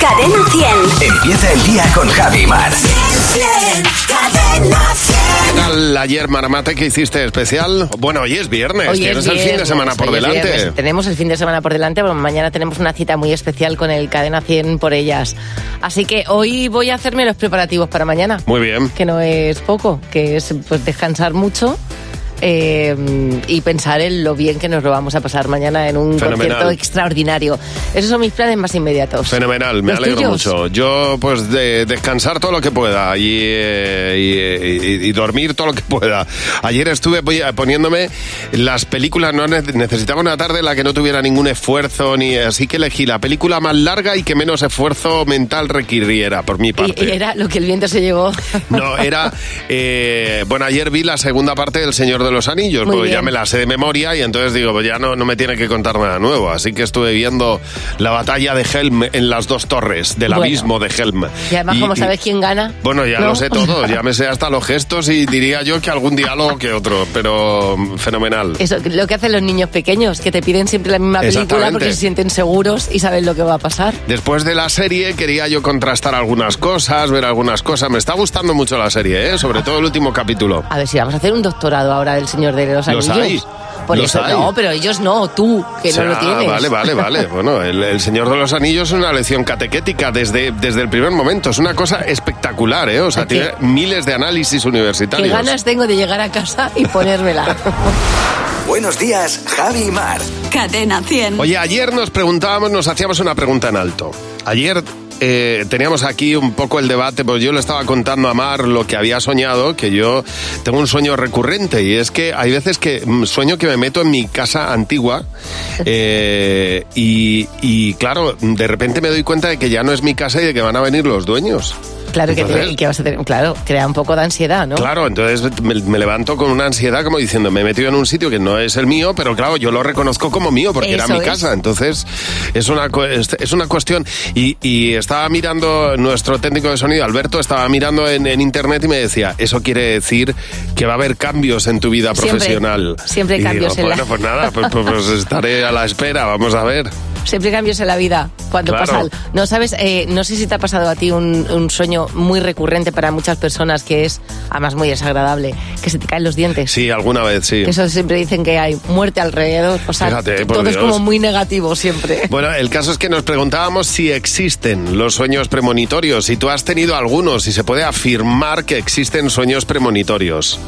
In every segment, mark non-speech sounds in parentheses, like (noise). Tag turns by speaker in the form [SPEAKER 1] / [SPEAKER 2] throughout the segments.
[SPEAKER 1] Cadena 100.
[SPEAKER 2] Empieza el día con Javi Mar.
[SPEAKER 1] Cadena 100.
[SPEAKER 3] ¿Qué tal ayer, Maramate, que hiciste especial? Bueno, hoy es viernes,
[SPEAKER 4] Hoy
[SPEAKER 3] tienes
[SPEAKER 4] es
[SPEAKER 3] el fin de
[SPEAKER 4] viernes,
[SPEAKER 3] semana por
[SPEAKER 4] hoy es
[SPEAKER 3] delante.
[SPEAKER 4] viernes. Tenemos el fin de semana por delante, pero mañana tenemos una cita muy especial con el Cadena 100 por ellas. Así que hoy voy a hacerme los preparativos para mañana,
[SPEAKER 3] Muy bien.
[SPEAKER 4] que no es poco, que es pues descansar mucho. eh, y pensar en lo bien que nos lo vamos a pasar mañana en un
[SPEAKER 3] Fenomenal.
[SPEAKER 4] concierto extraordinario. Esos son mis planes más inmediatos.
[SPEAKER 3] Fenomenal, me
[SPEAKER 4] ¿Los
[SPEAKER 3] alegro
[SPEAKER 4] tuyos?
[SPEAKER 3] mucho. Yo, pues, de, descansar todo lo que pueda y, eh, y, eh, y- y dormir todo lo que pueda. Ayer estuve voy a- poniéndome las películas, no ne- necesitaba una tarde en la que no tuviera ningún esfuerzo, ni así que elegí la película más larga y que menos esfuerzo mental requiriera, por mi parte.
[SPEAKER 4] Y, y era lo que el viento se llevó.
[SPEAKER 3] No, era. eh, bueno, ayer vi la segunda parte del Señor de los Anillos,
[SPEAKER 4] Muy
[SPEAKER 3] porque ya
[SPEAKER 4] bien.
[SPEAKER 3] me la sé de memoria y entonces digo, pues ya no, no me tiene que contar nada nuevo. Así que estuve viendo la batalla de Helm en las dos torres, del
[SPEAKER 4] Bueno.
[SPEAKER 3] abismo de Helm.
[SPEAKER 4] (laughs) Y además, como sabes quién gana.
[SPEAKER 3] Bueno, ya
[SPEAKER 4] ¿no?
[SPEAKER 3] lo sé todo, ya me sé hasta los gestos y diría yo que algún diálogo que otro, pero mm, fenomenal.
[SPEAKER 4] Eso, lo que hacen los niños pequeños, que te piden siempre la misma película
[SPEAKER 3] Exactamente.
[SPEAKER 4] porque se sienten seguros y saben lo que va a pasar.
[SPEAKER 3] Después de la serie quería yo contrastar algunas cosas, ver algunas cosas. Me está gustando mucho la serie, ¿eh? sobre todo el último capítulo.
[SPEAKER 4] A ver si vamos a hacer un doctorado ahora del Señor de los
[SPEAKER 3] Los
[SPEAKER 4] Anillos.
[SPEAKER 3] hay,
[SPEAKER 4] Por
[SPEAKER 3] los
[SPEAKER 4] eso
[SPEAKER 3] hay.
[SPEAKER 4] no, pero ellos no, tú, que no
[SPEAKER 3] Ah,
[SPEAKER 4] lo tienes.
[SPEAKER 3] Vale, vale, vale. Bueno, el, el Señor de los Anillos es una lección catequética desde, desde el primer momento. Es una cosa espectacular, ¿eh? O sea,
[SPEAKER 4] Aquí.
[SPEAKER 3] tiene miles de análisis
[SPEAKER 4] (laughs) Qué
[SPEAKER 3] universitarios.
[SPEAKER 4] ganas tengo de llegar a casa y
[SPEAKER 3] (laughs)
[SPEAKER 4] ponérmela.
[SPEAKER 2] Buenos días, Javi y Mar.
[SPEAKER 1] Cadena 100.
[SPEAKER 3] Oye, ayer nos preguntábamos, nos hacíamos una pregunta en alto. Ayer eh, teníamos aquí un poco el debate, pues yo le estaba contando a Mar lo que había soñado, que yo tengo un sueño recurrente y es que hay veces que mm, sueño que me meto en mi casa antigua eh, y, y claro, de repente me doy cuenta de que ya no es mi casa y de que van a venir los dueños.
[SPEAKER 4] Claro que,
[SPEAKER 3] Entonces,
[SPEAKER 4] te- que vas a tener, claro, crea un poco de ansiedad, ¿no?
[SPEAKER 3] Claro, entonces me, me levanto con una ansiedad como diciendo, me he metido en un sitio que no es el mío, pero claro, yo lo reconozco como mío porque era
[SPEAKER 4] Eso
[SPEAKER 3] mi
[SPEAKER 4] es.
[SPEAKER 3] casa. Entonces es una, cu- es es una cuestión. Y, y estaba mirando, nuestro técnico de sonido, Alberto, estaba mirando en, en internet y me decía, eso quiere decir que va a haber cambios en tu vida
[SPEAKER 4] Siempre,
[SPEAKER 3] profesional.
[SPEAKER 4] siempre hay
[SPEAKER 3] Y
[SPEAKER 4] cambios
[SPEAKER 3] digo,
[SPEAKER 4] en la-
[SPEAKER 3] Bueno, pues nada, pues, pues- pues estaré a la espera, vamos a
[SPEAKER 4] (laughs)
[SPEAKER 3] ver.
[SPEAKER 4] Siempre hay cambios en la vida cuando
[SPEAKER 3] Claro.
[SPEAKER 4] pasa algo. No sabes, eh, no sé si te ha pasado a ti un, un sueño muy recurrente para muchas personas que es, además muy desagradable, que se te caen los dientes.
[SPEAKER 3] Sí, alguna vez, sí.
[SPEAKER 4] Que eso siempre dicen que hay muerte alrededor. O sea,
[SPEAKER 3] Fíjate, ¿eh? por
[SPEAKER 4] todo es
[SPEAKER 3] Dios.
[SPEAKER 4] como muy negativo siempre.
[SPEAKER 3] Bueno, el caso es que nos preguntábamos si existen los sueños premonitorios, si tú has tenido algunos, si se puede afirmar que existen sueños premonitorios.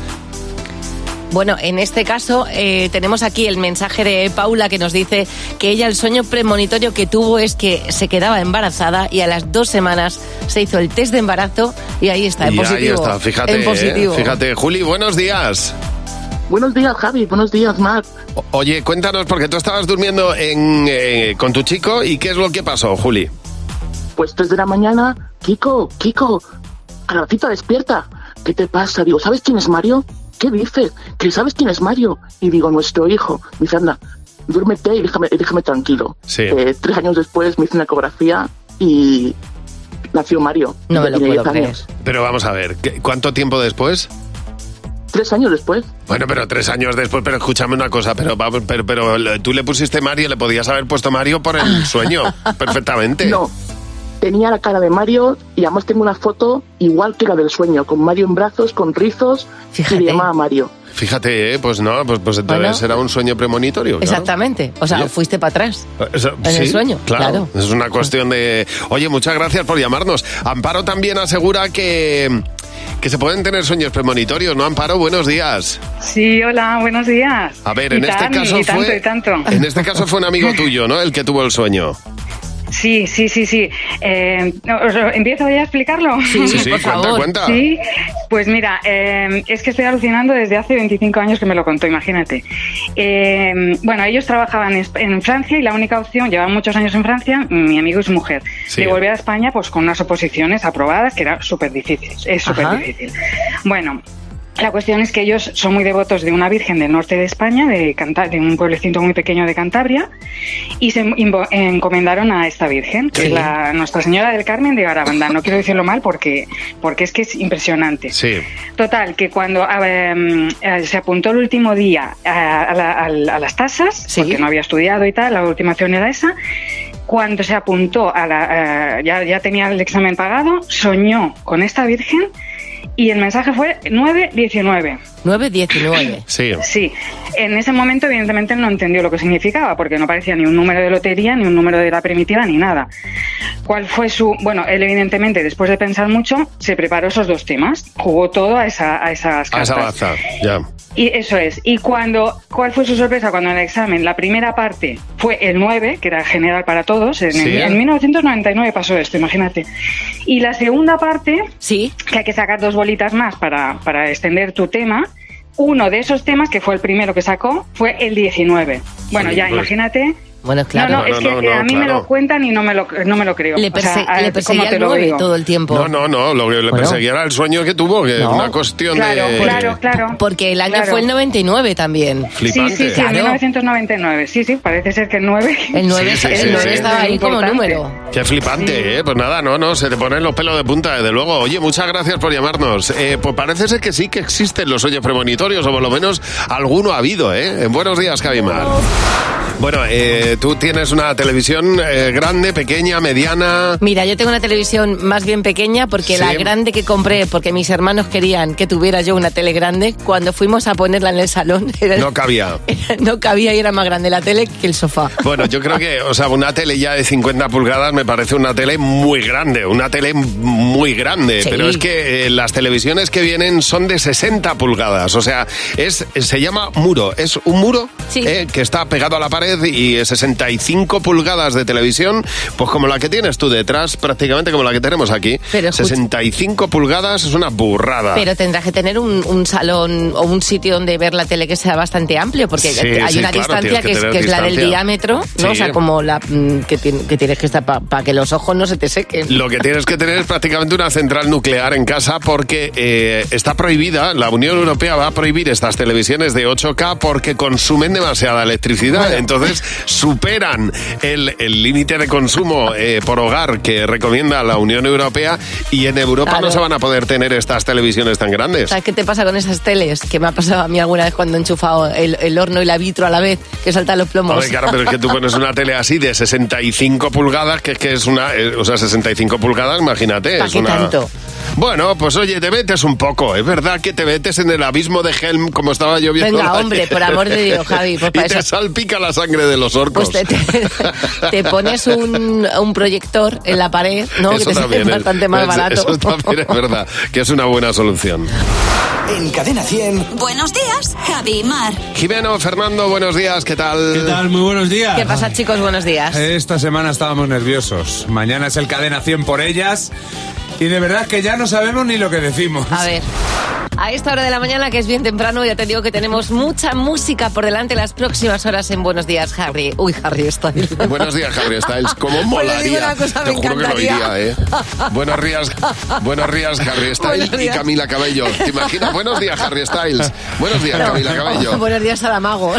[SPEAKER 4] Bueno, en este caso eh, tenemos aquí el mensaje de Paula que nos dice que ella el sueño premonitorio que tuvo es que se quedaba embarazada y a las dos semanas se hizo el test de embarazo y ahí está, en
[SPEAKER 3] y
[SPEAKER 4] positivo.
[SPEAKER 3] ahí está, fíjate,
[SPEAKER 4] En positivo.
[SPEAKER 3] eh, fíjate. Juli, buenos días.
[SPEAKER 5] Buenos días, Javi. Buenos días, Mar.
[SPEAKER 3] O- Oye, cuéntanos, porque tú estabas durmiendo en, eh, con tu chico y qué es lo que pasó, Juli.
[SPEAKER 5] Pues 3 de la mañana. Kiko, Kiko, calabacita, despierta. ¿Qué te pasa? Digo, ¿sabes quién es Mario? ¿Qué dices? ¿Que sabes quién es Mario? Y digo, nuestro hijo. Me dice, anda, duérmete y déjame, y déjame tranquilo.
[SPEAKER 3] Sí.
[SPEAKER 5] Eh, tres años después me hice una ecografía y nació Mario.
[SPEAKER 4] No me
[SPEAKER 5] que
[SPEAKER 4] lo
[SPEAKER 5] tiene
[SPEAKER 4] puedo
[SPEAKER 5] 10
[SPEAKER 4] creer.
[SPEAKER 5] años.
[SPEAKER 3] Pero vamos a ver, ¿qué- ¿cuánto tiempo después?
[SPEAKER 5] Tres años después.
[SPEAKER 3] Bueno, pero tres años después, pero escúchame una cosa, pero, vamos, pero, pero le- tú le pusiste Mario, le podías haber puesto Mario por
[SPEAKER 4] (laughs)
[SPEAKER 3] el sueño, perfectamente.
[SPEAKER 5] No. Tenía la cara de Mario y además tengo una foto igual que la del sueño, con Mario en brazos, con rizos y
[SPEAKER 4] Fíjate.
[SPEAKER 5] le llamaba Mario.
[SPEAKER 3] Fíjate, ¿eh? pues no, pues, pues entonces
[SPEAKER 4] Bueno.
[SPEAKER 3] era un sueño premonitorio. Eh, claro.
[SPEAKER 4] Exactamente. O sea,
[SPEAKER 3] Yo-
[SPEAKER 4] fuiste para atrás.
[SPEAKER 3] Eso-
[SPEAKER 4] En el sueño, claro.
[SPEAKER 3] Es una cuestión de... Oye, muchas gracias por llamarnos. Amparo también asegura que, que se pueden tener sueños premonitorios, ¿no, Amparo? Buenos días.
[SPEAKER 6] Sí, hola, buenos días.
[SPEAKER 3] A ver,
[SPEAKER 6] Y
[SPEAKER 3] en este
[SPEAKER 6] tan,
[SPEAKER 3] caso
[SPEAKER 6] y tanto,
[SPEAKER 3] fue...
[SPEAKER 6] y tanto.
[SPEAKER 3] En este caso fue un
[SPEAKER 6] (laughs)
[SPEAKER 3] amigo tuyo, ¿no? El que tuvo el sueño.
[SPEAKER 6] Sí, sí, sí, sí. Eh, no, ¿os lo- ¿Empiezo ya a explicarlo?
[SPEAKER 3] Sí, sí,
[SPEAKER 4] por
[SPEAKER 3] cuenta,
[SPEAKER 4] favor.
[SPEAKER 3] cuenta.
[SPEAKER 6] Sí, pues mira, eh, es que estoy alucinando desde hace 25 años que me lo contó, imagínate. Eh, bueno, ellos trabajaban en Esp- en Francia y la única opción, llevaban muchos años en Francia, mm, mi amigo y su mujer.
[SPEAKER 3] Sí.
[SPEAKER 6] Le volví a España pues con unas oposiciones aprobadas que era súper difícil, es súper
[SPEAKER 4] ¿Ah?
[SPEAKER 6] difícil. Bueno. La cuestión es que ellos son muy devotos de una virgen del norte de España, de, Canta- de un pueblecito muy pequeño de Cantabria, y se invo- encomendaron a esta virgen, que
[SPEAKER 4] Sí.
[SPEAKER 6] es la Nuestra Señora del Carmen de Garabandal. No quiero decirlo mal porque, porque es que es impresionante.
[SPEAKER 3] Sí.
[SPEAKER 6] Total, que cuando a ver, mm, eh, se apuntó el último día a, a la- a la- a las tasas,
[SPEAKER 4] Sí.
[SPEAKER 6] porque no había estudiado y tal, la última opción era esa, Cuando se apuntó a la, eh, ya, ya tenía el examen pagado, soñó con esta virgen y el mensaje fue 919. (clears throat)
[SPEAKER 4] 919.
[SPEAKER 3] Sí.
[SPEAKER 6] Sí, en ese momento evidentemente no entendió lo que significaba porque no parecía ni un número de lotería, ni un número de la primitiva, ni nada. ¿Cuál fue su...? Bueno, él evidentemente después de pensar mucho se preparó esos dos temas, jugó todo a, esa, a esas
[SPEAKER 3] A
[SPEAKER 6] cartas.
[SPEAKER 3] esa baza, ya.
[SPEAKER 6] Y eso es. Y cuando, ¿cuál fue su sorpresa cuando en el examen la primera parte fue el 9, que era general para todos? En, el-
[SPEAKER 3] Sí.
[SPEAKER 6] en 1999 pasó esto, imagínate. Y la segunda parte,
[SPEAKER 4] Sí.
[SPEAKER 6] que hay que sacar dos bolitas más para, para extender tu tema. Uno de esos temas, que fue el primero que sacó, fue el 19. Bueno,
[SPEAKER 3] Sí,
[SPEAKER 6] ya
[SPEAKER 3] pues-
[SPEAKER 6] imagínate.
[SPEAKER 4] Bueno, claro.
[SPEAKER 6] No, no,
[SPEAKER 3] Bueno,
[SPEAKER 6] es que
[SPEAKER 3] no,
[SPEAKER 6] eh, a
[SPEAKER 3] no,
[SPEAKER 6] mí me
[SPEAKER 3] claro.
[SPEAKER 6] lo cuentan y no me lo, no me lo creo.
[SPEAKER 4] Le,
[SPEAKER 6] O sea,
[SPEAKER 4] perse-
[SPEAKER 6] a-
[SPEAKER 4] le perseguía
[SPEAKER 6] ¿cómo te
[SPEAKER 4] el
[SPEAKER 6] lo
[SPEAKER 4] 9
[SPEAKER 6] digo?
[SPEAKER 4] todo el tiempo.
[SPEAKER 3] No, no, no, lo que le
[SPEAKER 4] Bueno.
[SPEAKER 3] perseguía era el sueño que tuvo, que
[SPEAKER 4] No.
[SPEAKER 3] una cuestión
[SPEAKER 6] Claro,
[SPEAKER 3] de...
[SPEAKER 6] claro, claro.
[SPEAKER 4] Porque el año
[SPEAKER 6] Claro.
[SPEAKER 4] fue el 99 también.
[SPEAKER 6] Sí,
[SPEAKER 3] Flipante.
[SPEAKER 6] sí, sí,
[SPEAKER 4] Claro.
[SPEAKER 6] en 1999. Sí, sí, parece ser que el 9.
[SPEAKER 4] El 9,
[SPEAKER 3] Sí, sí,
[SPEAKER 4] el
[SPEAKER 3] sí,
[SPEAKER 4] 9
[SPEAKER 3] sí.
[SPEAKER 4] estaba ahí como
[SPEAKER 6] Importante.
[SPEAKER 4] número.
[SPEAKER 3] Qué flipante, ¿eh? Pues nada, no, no, se te ponen los pelos de punta, desde luego. Oye, muchas gracias por llamarnos. Eh, pues parece ser que sí que existen los sueños premonitorios, o por lo menos alguno ha habido, ¿eh? En buenos días, Javi Mar. Bueno, eh, tú tienes una televisión eh, grande, pequeña, mediana...
[SPEAKER 4] Mira, yo tengo una televisión más bien pequeña porque
[SPEAKER 3] Sí.
[SPEAKER 4] la grande que compré, porque mis hermanos querían que tuviera yo una tele grande, cuando fuimos a ponerla en el salón (laughs) era-
[SPEAKER 3] No cabía.
[SPEAKER 4] no cabía y era más grande la tele que el sofá.
[SPEAKER 3] Bueno, yo creo que, o sea, una tele ya de 50 pulgadas me parece una tele muy grande, una tele muy grande,
[SPEAKER 4] Sí.
[SPEAKER 3] pero es que eh, las televisiones que vienen son de 60 pulgadas, o sea, es se llama muro, es un muro
[SPEAKER 4] Sí.
[SPEAKER 3] eh, que está pegado a la pared y 65 pulgadas de televisión, pues como la que tienes tú detrás, prácticamente como la que tenemos aquí,
[SPEAKER 4] Pero escucha-
[SPEAKER 3] 65 pulgadas es una burrada.
[SPEAKER 4] Pero tendrás que tener un, un salón o un sitio donde ver la tele que sea bastante amplio, porque
[SPEAKER 3] Sí,
[SPEAKER 4] hay
[SPEAKER 3] sí,
[SPEAKER 4] una
[SPEAKER 3] claro,
[SPEAKER 4] distancia
[SPEAKER 3] tienes que
[SPEAKER 4] que, es,
[SPEAKER 3] tener
[SPEAKER 4] que es la del
[SPEAKER 3] distancia.
[SPEAKER 4] diámetro, ¿no?
[SPEAKER 3] Sí.
[SPEAKER 4] O sea, como la mm, que, tien- que tienes que estar para que los ojos no se te sequen.
[SPEAKER 3] Lo que tienes que tener es prácticamente una central nuclear en casa porque eh, está prohibida, la Unión Europea va a prohibir estas televisiones de 8K porque consumen demasiada electricidad, entonces superan el el límite de consumo eh, por hogar que recomienda la Unión Europea y en Europa
[SPEAKER 4] Claro.
[SPEAKER 3] no se van a poder tener estas televisiones tan grandes.
[SPEAKER 4] ¿Sabes qué te pasa con esas teles? Que me ha pasado a mí alguna vez cuando he enchufado el, el horno y la vitro a la vez, que saltan los plomos.
[SPEAKER 3] Hombre, claro, pero es que
[SPEAKER 4] (laughs)
[SPEAKER 3] tú pones una tele así de 65 pulgadas, que es que es una... eh, o sea, 65 pulgadas, imagínate.
[SPEAKER 4] ¿Pa
[SPEAKER 3] es
[SPEAKER 4] qué
[SPEAKER 3] una-
[SPEAKER 4] tanto?
[SPEAKER 3] Bueno, pues oye, te metes un poco. Es verdad que te metes en el abismo de Helm como estaba lloviendo.
[SPEAKER 4] Venga,
[SPEAKER 3] ayer.
[SPEAKER 4] hombre, por amor de Dios, Javi, pues
[SPEAKER 3] (laughs) y
[SPEAKER 4] para
[SPEAKER 3] te
[SPEAKER 4] eso-
[SPEAKER 3] salpica la sangre de los orcos.
[SPEAKER 4] Pues te, te- te pones un, un proyector en la pared, ¿no?
[SPEAKER 3] Eso
[SPEAKER 4] que te sale
[SPEAKER 3] también es-
[SPEAKER 4] bastante más
[SPEAKER 3] es-
[SPEAKER 4] barato.
[SPEAKER 3] Eso también es verdad, que es una buena solución.
[SPEAKER 7] En Cadena 100.
[SPEAKER 8] Buenos días, Javi y Mar.
[SPEAKER 3] Jimeno, Fernando, buenos días, ¿qué tal?
[SPEAKER 9] ¿Qué tal? Muy buenos días.
[SPEAKER 4] ¿Qué pasa, chicos? Buenos días.
[SPEAKER 9] Esta semana estábamos nerviosos. Mañana es el Cadena 100 por ellas. Y de verdad que ya no sabemos ni lo que decimos.
[SPEAKER 4] A ver. A esta hora de la mañana, que es bien temprano, ya te digo que tenemos mucha música por delante las próximas horas en Buenos Días, Harry. Uy, Harry, estoy.
[SPEAKER 3] (laughs) Buenos días, Harry Styles. ¿Cómo
[SPEAKER 4] Pues le digo
[SPEAKER 3] molaría?
[SPEAKER 4] una cosa,
[SPEAKER 3] Te
[SPEAKER 4] me
[SPEAKER 3] juro que lo
[SPEAKER 4] encantaría.
[SPEAKER 3] iría, ¿eh? Buenos días, buenos días
[SPEAKER 4] (laughs)
[SPEAKER 3] Harry Styles
[SPEAKER 4] Buenos
[SPEAKER 3] y
[SPEAKER 4] días.
[SPEAKER 3] Camila Cabello. ¿Te imaginas? Buenos días, Harry Styles. Buenos días, Camila Cabello.
[SPEAKER 4] (laughs) Buenos
[SPEAKER 3] (laughs)
[SPEAKER 4] días, Saramago.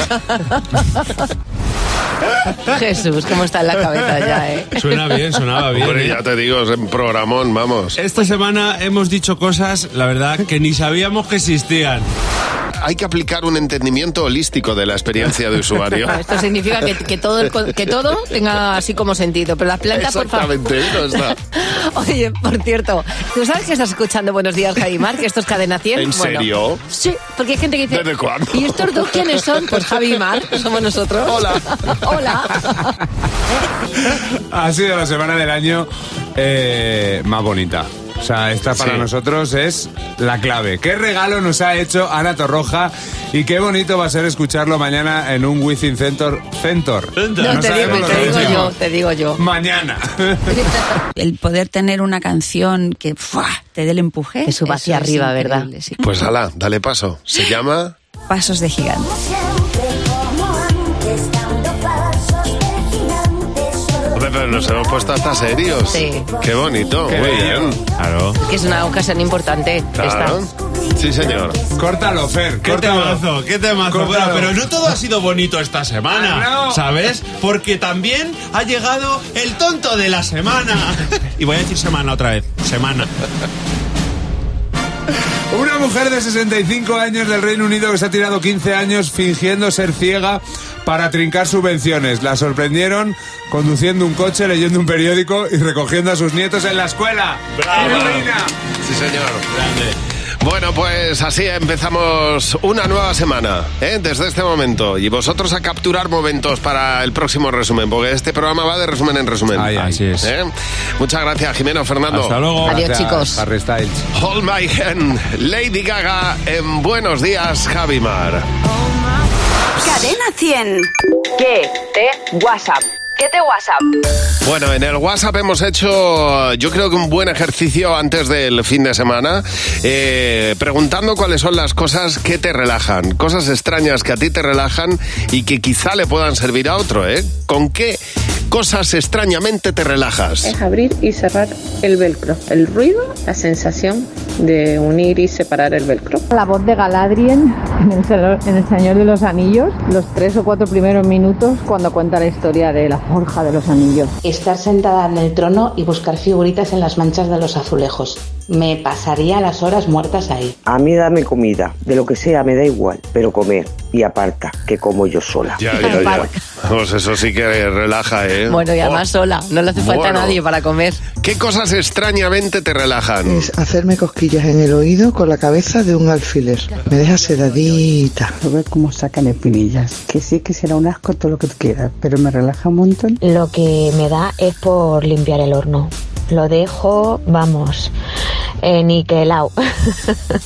[SPEAKER 4] Jesús, cómo está en la cabeza ya, ¿eh?
[SPEAKER 10] Suena bien, sonaba bien.
[SPEAKER 3] Hombre,
[SPEAKER 10] ¿eh?
[SPEAKER 3] ya te digo, es un programón, vamos.
[SPEAKER 10] Esta semana hemos dicho cosas, la verdad, que ni sabíamos que existían.
[SPEAKER 3] Hay que aplicar un entendimiento holístico de la experiencia de usuario.
[SPEAKER 4] Bueno, (laughs) Esto significa que, que todo, el co- que todo tenga así como sentido, pero las plantas, por favor.
[SPEAKER 3] Exactamente, ¿eh? no está.
[SPEAKER 4] (laughs) Oye, por cierto, ¿tú sabes que estás escuchando Buenos Días, Javi Mar? Que esto es Cadena 100.
[SPEAKER 3] ¿En
[SPEAKER 4] Bueno,
[SPEAKER 3] serio?
[SPEAKER 4] Sí, porque hay gente que dice...
[SPEAKER 3] ¿Desde cuándo?
[SPEAKER 4] ¿Y estos dos quiénes
[SPEAKER 3] (laughs)
[SPEAKER 4] son? Pues Javi y Mar, somos nosotros.
[SPEAKER 3] Hola. (laughs)
[SPEAKER 4] Hola.
[SPEAKER 9] (laughs) Ha sido la semana del año eh, más bonita. O sea, esta para
[SPEAKER 3] Sí.
[SPEAKER 9] nosotros es la clave. ¿Qué regalo nos ha hecho Ana Torroja? Y qué bonito va a ser escucharlo mañana en un Within Center. Center.
[SPEAKER 10] Center.
[SPEAKER 4] No,
[SPEAKER 10] No
[SPEAKER 4] te
[SPEAKER 9] sabemos
[SPEAKER 4] digo,
[SPEAKER 9] lo
[SPEAKER 4] te
[SPEAKER 9] que
[SPEAKER 4] digo yo,
[SPEAKER 8] Ah.
[SPEAKER 9] decimos.
[SPEAKER 4] te digo yo.
[SPEAKER 9] Mañana.
[SPEAKER 11] (laughs) el poder tener una canción que ¡fua! te dé el empuje.
[SPEAKER 4] Que suba hacia
[SPEAKER 11] eso es
[SPEAKER 4] arriba, ¿verdad?
[SPEAKER 11] increíble, sí.
[SPEAKER 3] Pues ala, dale paso. Se llama...
[SPEAKER 11] Pasos de gigante.
[SPEAKER 3] Hombre, pero nos hemos puesto hasta serios.
[SPEAKER 4] Sí.
[SPEAKER 3] Qué bonito,
[SPEAKER 9] Qué
[SPEAKER 3] muy
[SPEAKER 9] bien.
[SPEAKER 3] bien.
[SPEAKER 10] Claro.
[SPEAKER 4] Que es una ocasión importante.
[SPEAKER 3] Claro.
[SPEAKER 4] Esta.
[SPEAKER 3] Sí, señor.
[SPEAKER 9] Córtalo, Fer.
[SPEAKER 10] Qué
[SPEAKER 9] Córtalo.
[SPEAKER 10] temazo, qué temazo. Bueno,
[SPEAKER 9] Cortado.
[SPEAKER 10] pero no todo ha sido bonito esta semana,
[SPEAKER 9] Ah, no.
[SPEAKER 10] ¿sabes? Porque también ha llegado el tonto de
[SPEAKER 9] (laughs)
[SPEAKER 10] la semana. Y voy a decir semana otra vez. Semana.
[SPEAKER 9] Una mujer de 65 años del Reino Unido que se ha tirado 15 años fingiendo ser ciega
[SPEAKER 12] para trincar subvenciones. La sorprendieron conduciendo un coche, leyendo un periódico y recogiendo a sus nietos en la escuela. ¡Heroína!
[SPEAKER 3] Sí, señor. Bueno, pues así empezamos una nueva semana, ¿eh? desde este momento. Y vosotros a capturar momentos para el próximo resumen, porque este programa va de resumen en resumen.
[SPEAKER 12] Ay, así es.
[SPEAKER 3] ¿eh? Muchas gracias, Jimeno Fernando.
[SPEAKER 12] Hasta luego.
[SPEAKER 4] Adiós,
[SPEAKER 12] Gracias,
[SPEAKER 4] chicos.
[SPEAKER 12] Harry Styles.
[SPEAKER 3] Hold My Hand, Lady Gaga en Buenos Días, Javimar.
[SPEAKER 1] Cadena 100.
[SPEAKER 13] ¿Qué te WhatsApp? ¿Qué te WhatsApp?
[SPEAKER 3] Bueno, en el WhatsApp hemos hecho, yo creo que un buen ejercicio antes del fin de semana, eh, preguntando cuáles son las cosas que te relajan, cosas extrañas que a ti te relajan y que quizá le puedan servir a otro, ¿eh? ¿Con qué cosas extrañamente te relajas?
[SPEAKER 10] Es abrir y cerrar el velcro. El ruido, la sensación de unir y separar el velcro.
[SPEAKER 7] La voz de Galadriel en el, Señor- en el Señor de los Anillos, los tres o cuatro primeros minutos cuando cuenta la historia de la forja de los anillos.
[SPEAKER 14] Estar sentada en el trono y buscar figuritas en las manchas de los azulejos. Me pasaría las horas muertas ahí.
[SPEAKER 9] A mí dame comida, de lo que sea, me da igual, pero comer y aparta, que como yo sola.
[SPEAKER 15] (laughs)
[SPEAKER 3] Ya, ya, ya. Pues eso sí que relaja, ¿eh?
[SPEAKER 4] Bueno, y además
[SPEAKER 3] Oh,
[SPEAKER 4] sola, no le hace falta
[SPEAKER 3] bueno.
[SPEAKER 4] a nadie para comer.
[SPEAKER 3] ¿Qué cosas extrañamente te
[SPEAKER 15] Mm.
[SPEAKER 3] relajan?
[SPEAKER 16] Es hacerme cosquillas en el oído con la cabeza de un alfiler. Me deja sedadita.
[SPEAKER 17] ver cómo sacan espinillas. Que sí, que será un asco todo lo que tú quieras, pero me relaja un montón.
[SPEAKER 13] Lo que me da es por limpiar el horno. Lo dejo, vamos, eh, niquelao.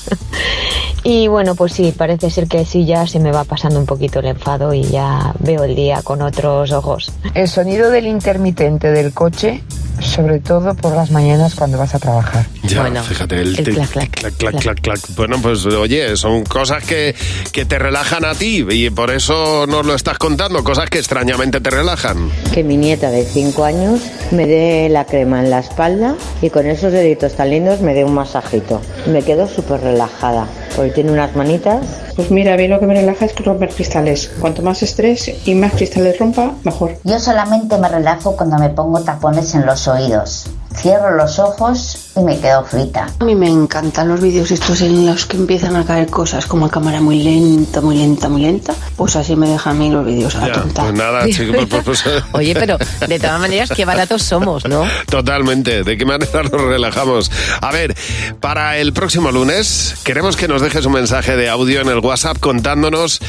[SPEAKER 13] (laughs) y bueno, pues sí, parece ser que sí ya se me va pasando un poquito el enfado y ya veo el día con otros ojos.
[SPEAKER 15] El sonido del intermitente del coche, sobre todo por las mañanas cuando vas a trabajar.
[SPEAKER 3] Ya,
[SPEAKER 15] Bueno,
[SPEAKER 3] fíjate, el,
[SPEAKER 15] el
[SPEAKER 3] tic,
[SPEAKER 15] clac,
[SPEAKER 3] clac, clac, clac, clac. Bueno, pues oye, son cosas que, que te relajan a ti y por eso nos lo estás contando, cosas que extrañamente te relajan.
[SPEAKER 18] Que mi nieta de 5 años me dé la crema en la espalda y con esos deditos tan lindos me dé un masajito. Me quedo súper relajada porque tiene unas manitas.
[SPEAKER 10] Pues mira, a mí lo que me relaja es romper cristales. Cuanto más estrés y más cristales rompa, mejor.
[SPEAKER 19] Yo solamente me relajo cuando me pongo tapones en los oídos. Cierro los ojos y me quedo frita.
[SPEAKER 11] A mí me encantan los vídeos estos en los que empiezan a caer cosas como a cámara muy lenta, muy lenta, muy lenta. Pues así me dejan a mí los vídeos a la
[SPEAKER 3] Ya,
[SPEAKER 11] tonta.
[SPEAKER 3] pues nada,
[SPEAKER 4] (laughs)
[SPEAKER 3] chicos, pues, pues, pues-
[SPEAKER 4] Oye, pero de todas maneras, qué baratos somos, ¿no?
[SPEAKER 3] Totalmente, ¿de qué manera nos relajamos? A ver, para el próximo lunes queremos que nos dejes un mensaje de audio en el WhatsApp contándonos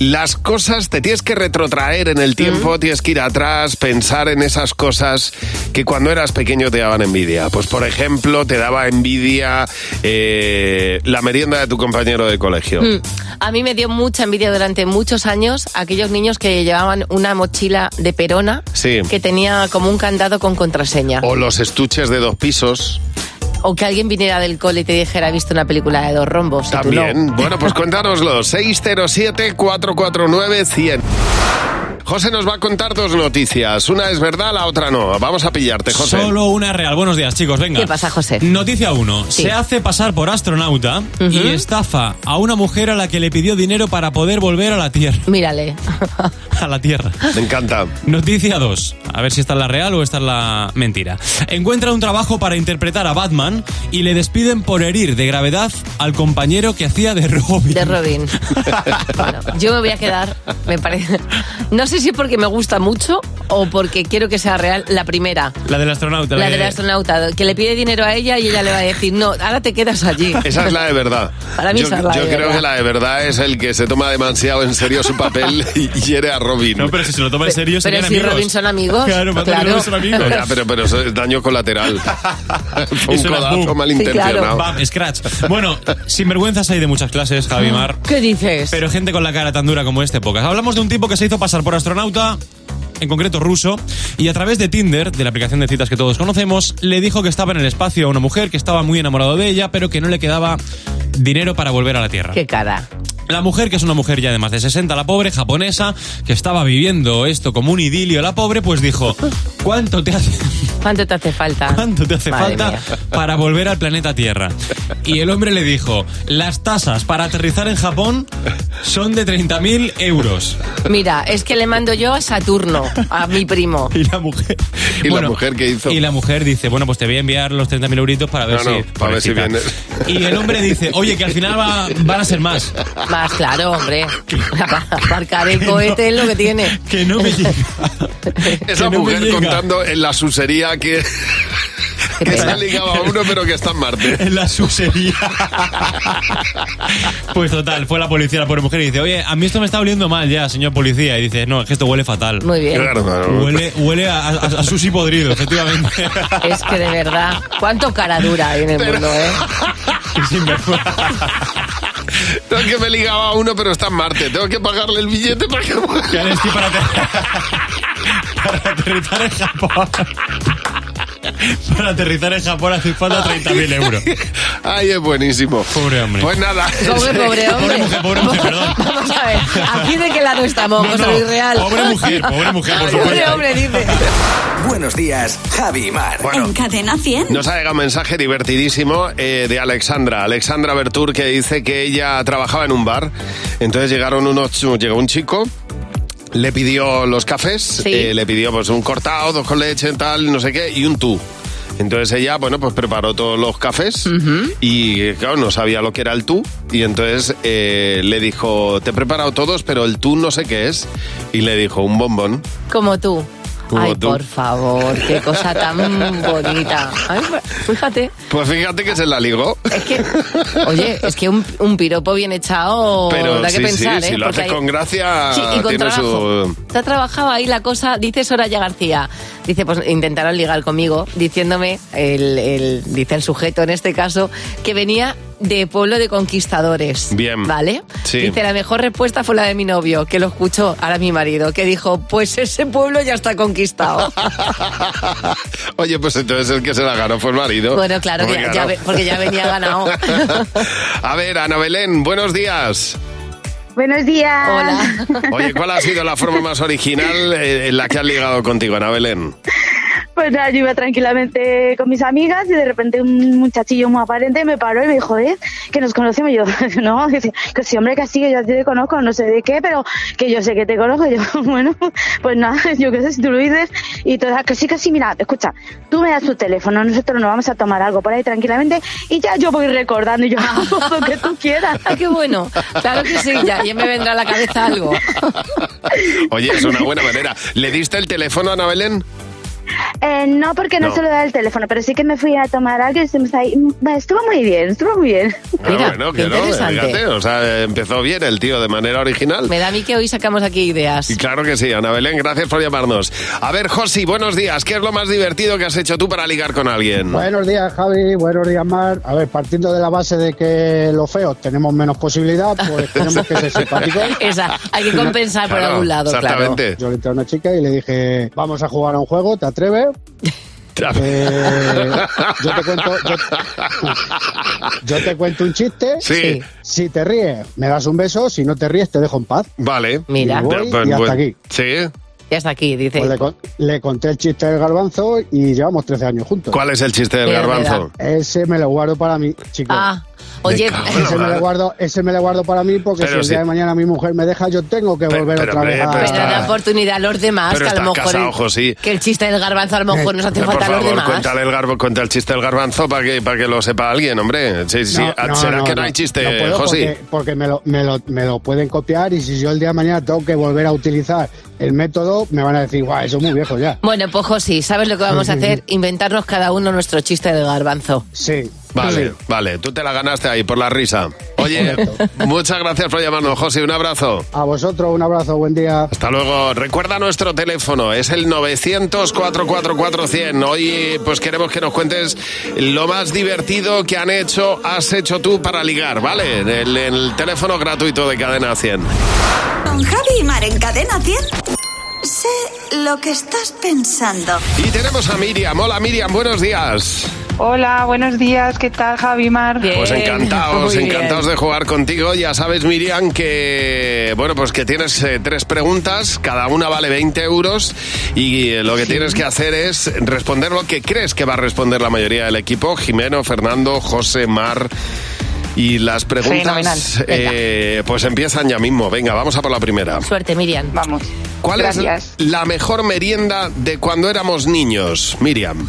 [SPEAKER 3] las cosas, te tienes que retrotraer en el tiempo, tienes que ir atrás, pensar en esas cosas que cuando eras pequeño te daban envidia. Pues por ejemplo, te daba envidia eh, la merienda de tu compañero de colegio.
[SPEAKER 4] Mm. A mí me dio mucha envidia durante muchos años aquellos niños que llevaban una mochila de perona
[SPEAKER 3] Sí.
[SPEAKER 4] que tenía como un candado con contraseña.
[SPEAKER 3] O los estuches de dos pisos.
[SPEAKER 4] O que alguien viniera del cole y te dijera, he visto una película de dos rombos. y tú
[SPEAKER 3] También.
[SPEAKER 4] no".
[SPEAKER 3] Bueno, pues
[SPEAKER 4] (laughs)
[SPEAKER 3] cuéntanoslo. 607-449-100. José nos va a contar dos noticias. Una es verdad, la otra no. Vamos a pillarte, José.
[SPEAKER 20] Solo una real. Buenos días, chicos. Venga.
[SPEAKER 4] ¿Qué pasa, José?
[SPEAKER 20] Noticia 1.
[SPEAKER 4] Sí.
[SPEAKER 20] Se hace pasar por astronauta y estafa a una mujer a la que le pidió dinero para poder volver a la Tierra.
[SPEAKER 4] Mírale.
[SPEAKER 20] (laughs) A la Tierra.
[SPEAKER 3] Me encanta.
[SPEAKER 20] Noticia 2. A ver si esta es la real o esta es la mentira. Encuentra un trabajo para interpretar a Batman y le despiden por herir de gravedad al compañero que hacía de Robin. (laughs)
[SPEAKER 4] De Robin. Bueno, yo me voy a quedar, me parece. No sé si porque me gusta mucho o porque quiero que sea real la primera.
[SPEAKER 20] La del astronauta.
[SPEAKER 4] La
[SPEAKER 20] que-
[SPEAKER 4] del astronauta, que le pide dinero a ella y ella le va a decir, no, ahora te quedas allí.
[SPEAKER 3] Esa es la
[SPEAKER 4] (laughs)
[SPEAKER 3] de verdad.
[SPEAKER 4] Para mí
[SPEAKER 3] yo
[SPEAKER 4] esa es la
[SPEAKER 3] yo
[SPEAKER 4] de
[SPEAKER 3] creo
[SPEAKER 4] verdad.
[SPEAKER 3] que la de verdad es el que se toma demasiado en serio su
[SPEAKER 4] (laughs)
[SPEAKER 3] papel y hiere a Robin. No,
[SPEAKER 20] pero si se lo toma
[SPEAKER 4] en serio, Pero serían si amigos. Robin son amigos, Claro, Batman y claro. Robin son amigos.
[SPEAKER 3] Ya, pero, pero eso es daño
[SPEAKER 4] (laughs)
[SPEAKER 3] colateral. Fue un
[SPEAKER 20] Eso era
[SPEAKER 3] codazo
[SPEAKER 20] boom.
[SPEAKER 3] malintencionado.
[SPEAKER 20] Bam, scratch. Bueno, sinvergüenzas hay de muchas clases, Javi Mar.
[SPEAKER 4] ¿Qué dices?
[SPEAKER 20] Pero gente con la cara tan dura como este, pocas. Hablamos de un tipo que se hizo pasar por astronauta, en concreto ruso, y a través de Tinder, de la aplicación de citas que todos conocemos, le dijo que estaba en el espacio a una mujer que estaba muy enamorado de ella, pero que no le quedaba dinero para volver a la Tierra.
[SPEAKER 4] (laughs) Qué cara.
[SPEAKER 20] La mujer, que es una mujer ya de más de 60, la pobre japonesa, que estaba viviendo esto como un idilio, la pobre, pues dijo, ¿cuánto te hace,
[SPEAKER 4] ¿Cuánto te hace falta?
[SPEAKER 20] ¿Cuánto te hace
[SPEAKER 4] Madre
[SPEAKER 20] falta
[SPEAKER 4] mía.
[SPEAKER 20] para volver al planeta Tierra? Y el hombre le dijo, las tasas para aterrizar en Japón son de 30.000 euros.
[SPEAKER 4] Mira, es que le mando yo a Saturno, a mi primo.
[SPEAKER 20] (laughs) Y la mujer.
[SPEAKER 3] (laughs) ¿Y la mujer qué hizo?
[SPEAKER 20] Y la mujer dice, bueno, pues te voy a enviar los 30.000 euritos para
[SPEAKER 3] No,
[SPEAKER 20] ver si...
[SPEAKER 3] no, para ver si
[SPEAKER 20] pobrecita.
[SPEAKER 3] viene.
[SPEAKER 20] (laughs) Y el hombre dice, oye, que al final va- van a ser
[SPEAKER 4] (laughs)
[SPEAKER 20] más.
[SPEAKER 4] Más claro, hombre. Aparcar el cohete es lo que tiene.
[SPEAKER 20] Que no me llega.
[SPEAKER 3] Esa mujer contando en la susería
[SPEAKER 4] (laughs)
[SPEAKER 3] que, que se
[SPEAKER 4] pena.
[SPEAKER 3] ha ligado a uno, pero que está en Marte.
[SPEAKER 20] En la susería. Pues total, fue la policía, la pobre mujer, y dice, oye, a mí esto me está oliendo mal ya, señor policía. Y dice, no, es que esto huele fatal.
[SPEAKER 4] Muy bien. Claro, claro.
[SPEAKER 20] Huele, huele a, a, a sushi podrido, efectivamente.
[SPEAKER 4] (laughs)
[SPEAKER 3] (laughs)
[SPEAKER 4] Es que de verdad, cuánto cara dura hay en el mundo,
[SPEAKER 20] (laughs)
[SPEAKER 4] ¿eh?
[SPEAKER 3] No, es que me ligaba a uno, pero está en Marte. Tengo que pagarle el billete para que...
[SPEAKER 20] para, (laughs) aterrizar en Japón. Para aterrizar en Japón hace falta 30.000 euros.
[SPEAKER 3] Ay, es buenísimo.
[SPEAKER 20] Pobre hombre.
[SPEAKER 3] Pues nada.
[SPEAKER 4] Pobre, pobre hombre. (laughs) Vamos a ver, ¿aquí de qué lado estamos, José Luis Real?
[SPEAKER 20] Pobre mujer, pobre mujer, por
[SPEAKER 4] (laughs) Pobre
[SPEAKER 20] supuesto.
[SPEAKER 4] hombre, dice.
[SPEAKER 2] Buenos días, Javi y Mar.
[SPEAKER 3] Bueno,
[SPEAKER 1] En Cadena 100.
[SPEAKER 3] Nos ha llegado un mensaje divertidísimo eh, de Alexandra, Alexandra Bertur, que dice que ella trabajaba en un bar. Entonces llegaron unos, chu- llegó un chico. Le pidió los cafés, eh, le pidió pues un cortado, dos con leche, tal, no sé qué, y un tú. Entonces ella, bueno, pues preparó todos los cafés y eh, claro, no sabía lo que era el tú. Y entonces eh, le dijo, te he preparado todos, pero el tú no sé qué es. Y le dijo, un bombón.
[SPEAKER 4] Como tú.
[SPEAKER 3] Como
[SPEAKER 4] Ay,
[SPEAKER 3] tú.
[SPEAKER 4] por favor, qué cosa tan bonita. Ay, fíjate,
[SPEAKER 3] Pues fíjate que se la ligó.
[SPEAKER 4] es que, oye, es que un, un piropo bien echado
[SPEAKER 3] Pero
[SPEAKER 4] da
[SPEAKER 3] sí,
[SPEAKER 4] que pensar,
[SPEAKER 3] sí,
[SPEAKER 4] ¿eh?
[SPEAKER 3] si lo
[SPEAKER 4] Porque
[SPEAKER 3] haces
[SPEAKER 4] hay-
[SPEAKER 3] con gracia,
[SPEAKER 4] Sí, y con
[SPEAKER 3] tiene
[SPEAKER 4] trabajo.
[SPEAKER 3] su...
[SPEAKER 4] Está trabajado ahí la cosa, dice Soraya García. Dice, pues intentaron ligar conmigo, diciéndome, el, el- dice el sujeto en este caso, que venía de pueblo de conquistadores.
[SPEAKER 3] Bien.
[SPEAKER 4] ¿Vale?
[SPEAKER 3] Sí.
[SPEAKER 4] Dice, la mejor respuesta fue la de mi novio, que lo escuchó, ahora mi marido, que dijo, pues ese pueblo ya está conquistado.
[SPEAKER 3] Oye, pues entonces el que se la ganó fue el marido.
[SPEAKER 4] bueno, claro, que
[SPEAKER 3] Hombre,
[SPEAKER 4] ya- ya
[SPEAKER 3] claro.
[SPEAKER 4] ve- porque ya
[SPEAKER 3] (laughs)
[SPEAKER 4] venía ganado.
[SPEAKER 3] A ver, Ana Belén, buenos días.
[SPEAKER 21] Buenos días. Hola.
[SPEAKER 3] Oye, ¿cuál ha sido la forma más original eh, en la que has ligado contigo, Ana Belén?
[SPEAKER 21] Pues nada, yo iba tranquilamente con mis amigas y de repente un muchachillo muy aparente me paró y me dijo, eh, que nos conocemos. Y yo, (laughs) no, que sí, que sí, hombre, que sí, que yo a ti te conozco, no sé de qué, pero que yo sé que te conozco. Y yo, (laughs) bueno, pues nada, (laughs) yo qué sé si tú lo dices. Y todas, que sí, que sí, mira, escucha, tú me das tu teléfono, nosotros nos vamos a tomar algo por ahí tranquilamente y ya yo voy recordando y yo, (laughs) lo que tú quieras.
[SPEAKER 4] Ay, Ah, qué bueno. Claro que sí, ya, ya me vendrá a la cabeza algo.
[SPEAKER 3] Oye, es una buena manera. ¿Le diste el teléfono a Ana Belén?
[SPEAKER 21] Eh, no, porque no,
[SPEAKER 3] No.
[SPEAKER 21] se lo da el teléfono, pero sí que me fui a tomar algo y estuvimos ahí. Bueno, Estuvo muy bien, estuvo muy bien.
[SPEAKER 3] Ah, bueno, que no, fíjate, o sea, empezó bien el tío de manera original.
[SPEAKER 4] Me da a mí que hoy sacamos aquí ideas.
[SPEAKER 3] Y claro que sí, Ana Belén, gracias por llamarnos. A ver, Josi, buenos días. ¿Qué es lo más divertido que has hecho tú para ligar con alguien?
[SPEAKER 22] Buenos días, Javi. Buenos días, Mar. A ver, partiendo de la base de que los feos tenemos menos posibilidad,
[SPEAKER 4] (laughs)
[SPEAKER 22] pues tenemos que ser simpáticos.
[SPEAKER 4] Esa, hay que compensar por algún lado, claro.
[SPEAKER 22] Yo le entré a una chica y le dije, vamos a jugar a un juego, ¿te
[SPEAKER 3] (laughs)
[SPEAKER 22] atreves? Eh, yo, te cuento,
[SPEAKER 3] (laughs)
[SPEAKER 22] yo, yo te cuento un chiste.
[SPEAKER 3] Sí.
[SPEAKER 22] Si te ríes, me das un beso. Si no te ríes, te dejo en paz.
[SPEAKER 3] Vale.
[SPEAKER 22] Mira. Y voy
[SPEAKER 3] Ya, pues,
[SPEAKER 22] y hasta
[SPEAKER 3] bueno,
[SPEAKER 22] aquí.
[SPEAKER 3] Sí.
[SPEAKER 4] Ya está aquí, dice.
[SPEAKER 22] Pues le, con- le conté el chiste del garbanzo y llevamos 13 años juntos.
[SPEAKER 3] ¿Cuál es el chiste del
[SPEAKER 22] Mira,
[SPEAKER 3] garbanzo?
[SPEAKER 22] Ese me lo guardo para mí, chicos.
[SPEAKER 4] Ah, oye,
[SPEAKER 22] ese me, lo guardo, ese me lo guardo para mí porque
[SPEAKER 3] Pero
[SPEAKER 22] si el
[SPEAKER 3] sí.
[SPEAKER 22] día de mañana mi mujer me deja, yo tengo que volver
[SPEAKER 3] pero,
[SPEAKER 22] otra
[SPEAKER 3] hombre,
[SPEAKER 22] vez a...
[SPEAKER 3] pero está-
[SPEAKER 4] pero da oportunidad a los
[SPEAKER 3] Ah.
[SPEAKER 4] demás,
[SPEAKER 3] Pero
[SPEAKER 4] que a lo
[SPEAKER 3] estás
[SPEAKER 4] mejor.
[SPEAKER 3] casado, Josí.
[SPEAKER 4] Que el chiste del garbanzo a lo mejor nos hace
[SPEAKER 3] Por
[SPEAKER 4] falta a los
[SPEAKER 3] favor,
[SPEAKER 4] demás.
[SPEAKER 3] cuéntale el, garbo, cuenta el chiste del garbanzo para que, para que lo sepa alguien, hombre. Sí, sí,
[SPEAKER 22] No,
[SPEAKER 3] ah,
[SPEAKER 22] no,
[SPEAKER 3] ¿Será
[SPEAKER 22] no,
[SPEAKER 3] que no,
[SPEAKER 22] no.
[SPEAKER 3] hay chiste,
[SPEAKER 22] No puedo
[SPEAKER 3] José?
[SPEAKER 22] Porque, porque me, lo, me, lo, me lo pueden copiar y si yo el día de mañana tengo que volver a utilizar el método, me van a decir, guau, eso es muy viejo ya.
[SPEAKER 4] Bueno, pues José, ¿sabes lo que vamos a hacer? Inventarnos cada uno nuestro chiste del garbanzo.
[SPEAKER 22] Sí.
[SPEAKER 3] Vale, vale, tú te la ganaste ahí por la risa.
[SPEAKER 22] (laughs)
[SPEAKER 3] Oye, muchas gracias por llamarnos, José. Un abrazo.
[SPEAKER 22] A vosotros un abrazo, buen día.
[SPEAKER 3] Hasta luego. Recuerda nuestro teléfono, es el 900-444-100. Hoy pues queremos que nos cuentes lo más divertido que han hecho, has hecho tú para ligar, ¿vale? En el, en el teléfono gratuito de Cadena 100.
[SPEAKER 1] Con Javi y Mar en Cadena 100. Sé lo que estás pensando.
[SPEAKER 3] Y tenemos a Miriam. Hola Miriam, buenos días.
[SPEAKER 23] Hola, buenos días. ¿Qué tal, Javi Mar?
[SPEAKER 3] Pues
[SPEAKER 4] Eh,
[SPEAKER 3] encantados, encantados de jugar contigo. Ya sabes, Miriam, que bueno, pues que tienes eh, tres preguntas, cada una vale 20 euros y eh, lo que tienes que hacer es responder lo que crees que va a responder la mayoría del equipo. Jimeno, Fernando, José, Mar Y las preguntas
[SPEAKER 4] Fenomenal. Venga.
[SPEAKER 3] eh, pues empiezan ya mismo. Venga, vamos a por la primera.
[SPEAKER 4] Suerte, Miriam.
[SPEAKER 23] Vamos.
[SPEAKER 3] ¿Cuál es la mejor merienda de cuando éramos niños, Miriam?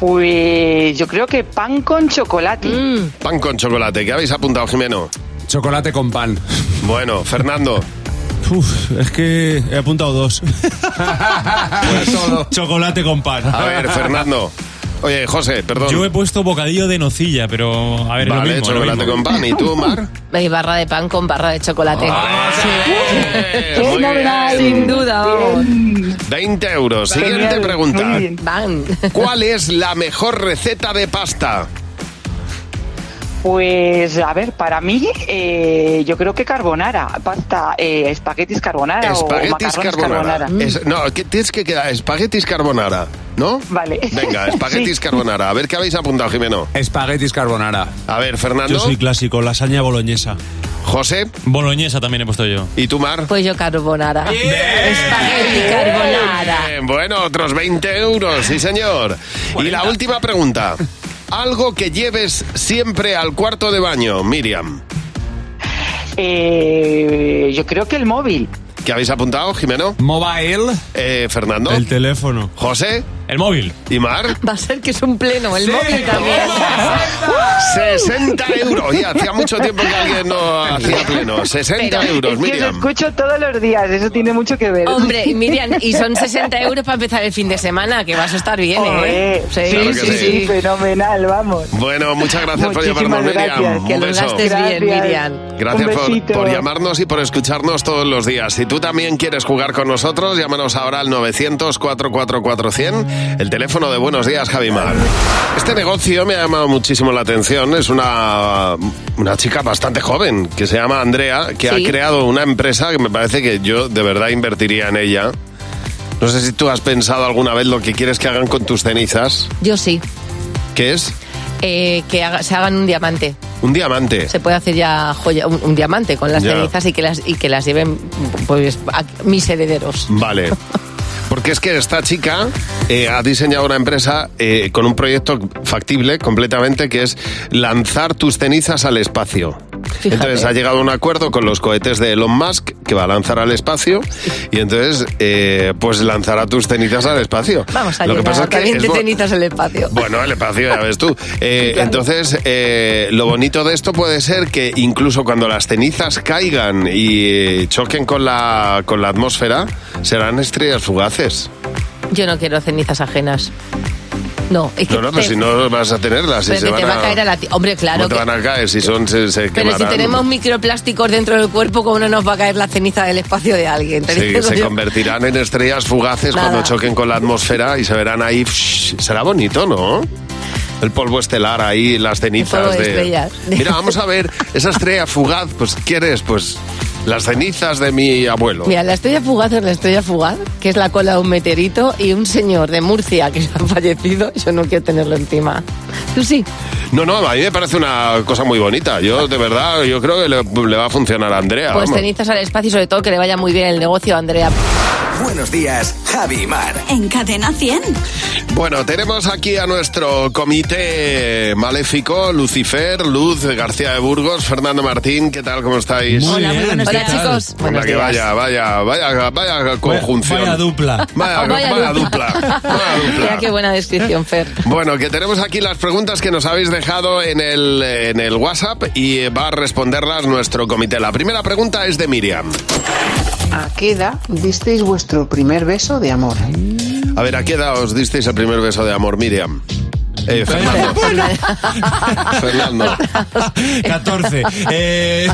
[SPEAKER 23] Pues yo creo que pan con chocolate.
[SPEAKER 4] Mm.
[SPEAKER 3] Pan con chocolate. ¿Qué habéis apuntado, Jimeno? Chocolate con pan. Bueno,
[SPEAKER 23] (laughs)
[SPEAKER 3] Fernando.
[SPEAKER 20] Uf, es que he apuntado (laughs) dos. Chocolate con pan.
[SPEAKER 3] A ver, Fernando. Oye, José, perdón.
[SPEAKER 20] Yo he puesto bocadillo de nocilla, pero a
[SPEAKER 3] Vale,
[SPEAKER 20] ver, lo mismo, lo
[SPEAKER 3] chocolate
[SPEAKER 20] mismo.
[SPEAKER 3] con pan. ¿Y tú,
[SPEAKER 4] (laughs)
[SPEAKER 3] Ah, Mar?
[SPEAKER 4] Veis, barra de pan con barra de chocolate.
[SPEAKER 3] Sí. muy bien.
[SPEAKER 4] Sin duda, vamos.
[SPEAKER 3] 20 euros. Siguiente
[SPEAKER 4] Genial, muy
[SPEAKER 3] pregunta.
[SPEAKER 4] bien. Van.
[SPEAKER 3] ¿Cuál es la mejor receta de pasta?
[SPEAKER 23] Pues a ver, para mí eh, yo creo que carbonara, pasta, eh, espaguetis carbonara o
[SPEAKER 3] Espaguetis
[SPEAKER 23] macarrones
[SPEAKER 3] carbonara.
[SPEAKER 23] carbonara.
[SPEAKER 3] Es- no, que tienes que quedar espaguetis carbonara, ¿no?
[SPEAKER 23] Vale.
[SPEAKER 3] Venga,
[SPEAKER 23] (laughs)
[SPEAKER 3] espaguetis
[SPEAKER 23] Sí.
[SPEAKER 3] carbonara. A ver qué habéis apuntado, Jimeno. Espaguetis carbonara. A ver, Fernando.
[SPEAKER 20] Yo soy clásico, lasaña boloñesa.
[SPEAKER 3] José.
[SPEAKER 20] Boloñesa también he puesto yo.
[SPEAKER 3] ¿Y tú, Mar?
[SPEAKER 4] Pues yo carbonara. Espagueti carbonara.
[SPEAKER 3] Bien, bueno, otros 20 euros, sí señor. Y la última pregunta. Algo que lleves siempre al cuarto de baño, Miriam.
[SPEAKER 23] Eh, yo creo que el móvil.
[SPEAKER 3] ¿Qué habéis apuntado, Jimeno? Mobile. Fernando. El teléfono. José. El móvil. ¿Y Mar?
[SPEAKER 4] Va a ser que es un pleno, el móvil también. (laughs)
[SPEAKER 3] 60 euros. Oye, hacía mucho tiempo que alguien no hacía pleno. 60 euros,
[SPEAKER 23] es que os
[SPEAKER 3] Miriam.
[SPEAKER 23] escucho todos los días, eso tiene mucho que ver.
[SPEAKER 4] Hombre,
[SPEAKER 3] (laughs)
[SPEAKER 4] Miriam, y son 60 euros para empezar el fin de semana, que vas a estar bien, ¿eh?
[SPEAKER 23] Sí,
[SPEAKER 3] Claro que
[SPEAKER 23] sí,
[SPEAKER 3] sí.
[SPEAKER 23] sí, fenomenal, vamos.
[SPEAKER 3] Bueno, muchas gracias por
[SPEAKER 23] Muchísimas
[SPEAKER 3] llamarnos, Miriam.
[SPEAKER 23] gracias, que
[SPEAKER 3] Un
[SPEAKER 23] lo
[SPEAKER 3] beso.
[SPEAKER 23] gastes bien, Gracias. Miriam.
[SPEAKER 3] Gracias
[SPEAKER 23] Un
[SPEAKER 3] por,
[SPEAKER 23] besito.
[SPEAKER 3] por llamarnos y por escucharnos todos los días. Si tú también quieres jugar con nosotros, llámanos ahora al 900-444-100, el teléfono de Buenos Días, Javimar. Este negocio me ha llamado muchísimo la atención. Es una, una chica bastante joven que se llama Andrea, que
[SPEAKER 5] Sí.
[SPEAKER 3] ha creado una empresa que me parece que yo de verdad invertiría en ella. No sé si tú has pensado alguna vez lo que quieres que hagan con tus cenizas,
[SPEAKER 4] Yo sí,
[SPEAKER 3] que es
[SPEAKER 4] eh, que haga- se hagan un diamante.
[SPEAKER 3] un diamante.
[SPEAKER 4] Se puede hacer ya joya, un, un diamante con las
[SPEAKER 3] Ya.
[SPEAKER 4] cenizas y que las, y que las lleven pues, a mis herederos.
[SPEAKER 3] Vale. Porque es que esta chica eh, ha diseñado una empresa eh, con un proyecto factible completamente que es lanzar tus cenizas al espacio. Entonces ha llegado a un acuerdo con los cohetes de Elon Musk que va a lanzar al espacio y entonces eh, pues lanzará tus cenizas al espacio.
[SPEAKER 4] Vamos a
[SPEAKER 3] Lo que pasa
[SPEAKER 4] llenar
[SPEAKER 3] es que
[SPEAKER 4] también
[SPEAKER 3] es
[SPEAKER 4] de
[SPEAKER 3] bo-
[SPEAKER 4] cenizas el espacio.
[SPEAKER 3] bueno, el espacio, ya ves tú. Eh, Entonces, eh, lo bonito de esto puede ser que incluso cuando las cenizas caigan y eh, choquen con la, con la atmósfera, serán estrellas fugaces.
[SPEAKER 4] Yo no quiero cenizas ajenas. No, es que
[SPEAKER 3] No, no,
[SPEAKER 4] te-
[SPEAKER 3] pero si no vas a tenerlas. Si
[SPEAKER 4] pero
[SPEAKER 3] se
[SPEAKER 4] que
[SPEAKER 3] van
[SPEAKER 4] te va a caer a la... ti- Hombre, claro.
[SPEAKER 3] ¿Cómo te
[SPEAKER 4] que-
[SPEAKER 3] van a caer? Si son, se, se
[SPEAKER 4] Pero si
[SPEAKER 3] quemarán.
[SPEAKER 4] tenemos microplásticos dentro del cuerpo, ¿cómo no nos va a caer la ceniza del espacio de alguien? Te
[SPEAKER 3] Sí,
[SPEAKER 4] digo
[SPEAKER 3] se
[SPEAKER 4] (laughs) yo.
[SPEAKER 3] convertirán en estrellas fugaces
[SPEAKER 4] Nada.
[SPEAKER 3] cuando choquen con la atmósfera y se verán ahí. Psh, será bonito, ¿no? El polvo estelar ahí, las cenizas
[SPEAKER 4] polvo de
[SPEAKER 3] de.
[SPEAKER 4] estrellas.
[SPEAKER 3] Mira, vamos a ver, esa estrella fugaz, pues, ¿quieres? Pues las cenizas de mi abuelo.
[SPEAKER 4] Mira, la estrella fugaz es la estrella fugaz, que es la cola de un meteorito y un señor de Murcia que ha fallecido, yo no quiero tenerlo encima. Tú sí.
[SPEAKER 3] No, no, a mí me parece una cosa muy bonita. Yo, de verdad, yo creo que le, le va a funcionar a Andrea.
[SPEAKER 4] Pues
[SPEAKER 3] vamos.
[SPEAKER 4] cenizas al espacio y sobre todo que le vaya muy bien el negocio a Andrea.
[SPEAKER 2] Buenos días, Javi Mar.
[SPEAKER 1] En cadena 100.
[SPEAKER 3] Bueno, tenemos aquí a nuestro comité maléfico, Lucifer, Luz García de Burgos, Fernando Martín, ¿qué tal? ¿Cómo estáis?
[SPEAKER 20] Muy Hola, muy bien, buenos ¿qué días. tal? chicos.
[SPEAKER 3] Hombre,
[SPEAKER 20] Buenos
[SPEAKER 3] que
[SPEAKER 20] días.
[SPEAKER 3] vaya, vaya, vaya, vaya conjunción.
[SPEAKER 20] Vaya dupla.
[SPEAKER 3] Vaya,
[SPEAKER 4] (laughs) Vaya
[SPEAKER 3] vaya
[SPEAKER 4] dupla.
[SPEAKER 3] dupla.
[SPEAKER 4] Mira qué buena descripción, Fer.
[SPEAKER 3] Bueno, que tenemos aquí las preguntas que nos habéis dejado en el, en el WhatsApp y eh, va a responderlas nuestro comité. La primera pregunta es de Miriam.
[SPEAKER 17] ¿A qué edad disteis vuestro primer beso de amor?
[SPEAKER 3] A ver, ¿a qué edad os disteis el primer beso de amor, Miriam? Eh, Fernando,
[SPEAKER 4] (laughs)
[SPEAKER 20] (laughs)
[SPEAKER 3] Fernando.
[SPEAKER 20] 14. Eh,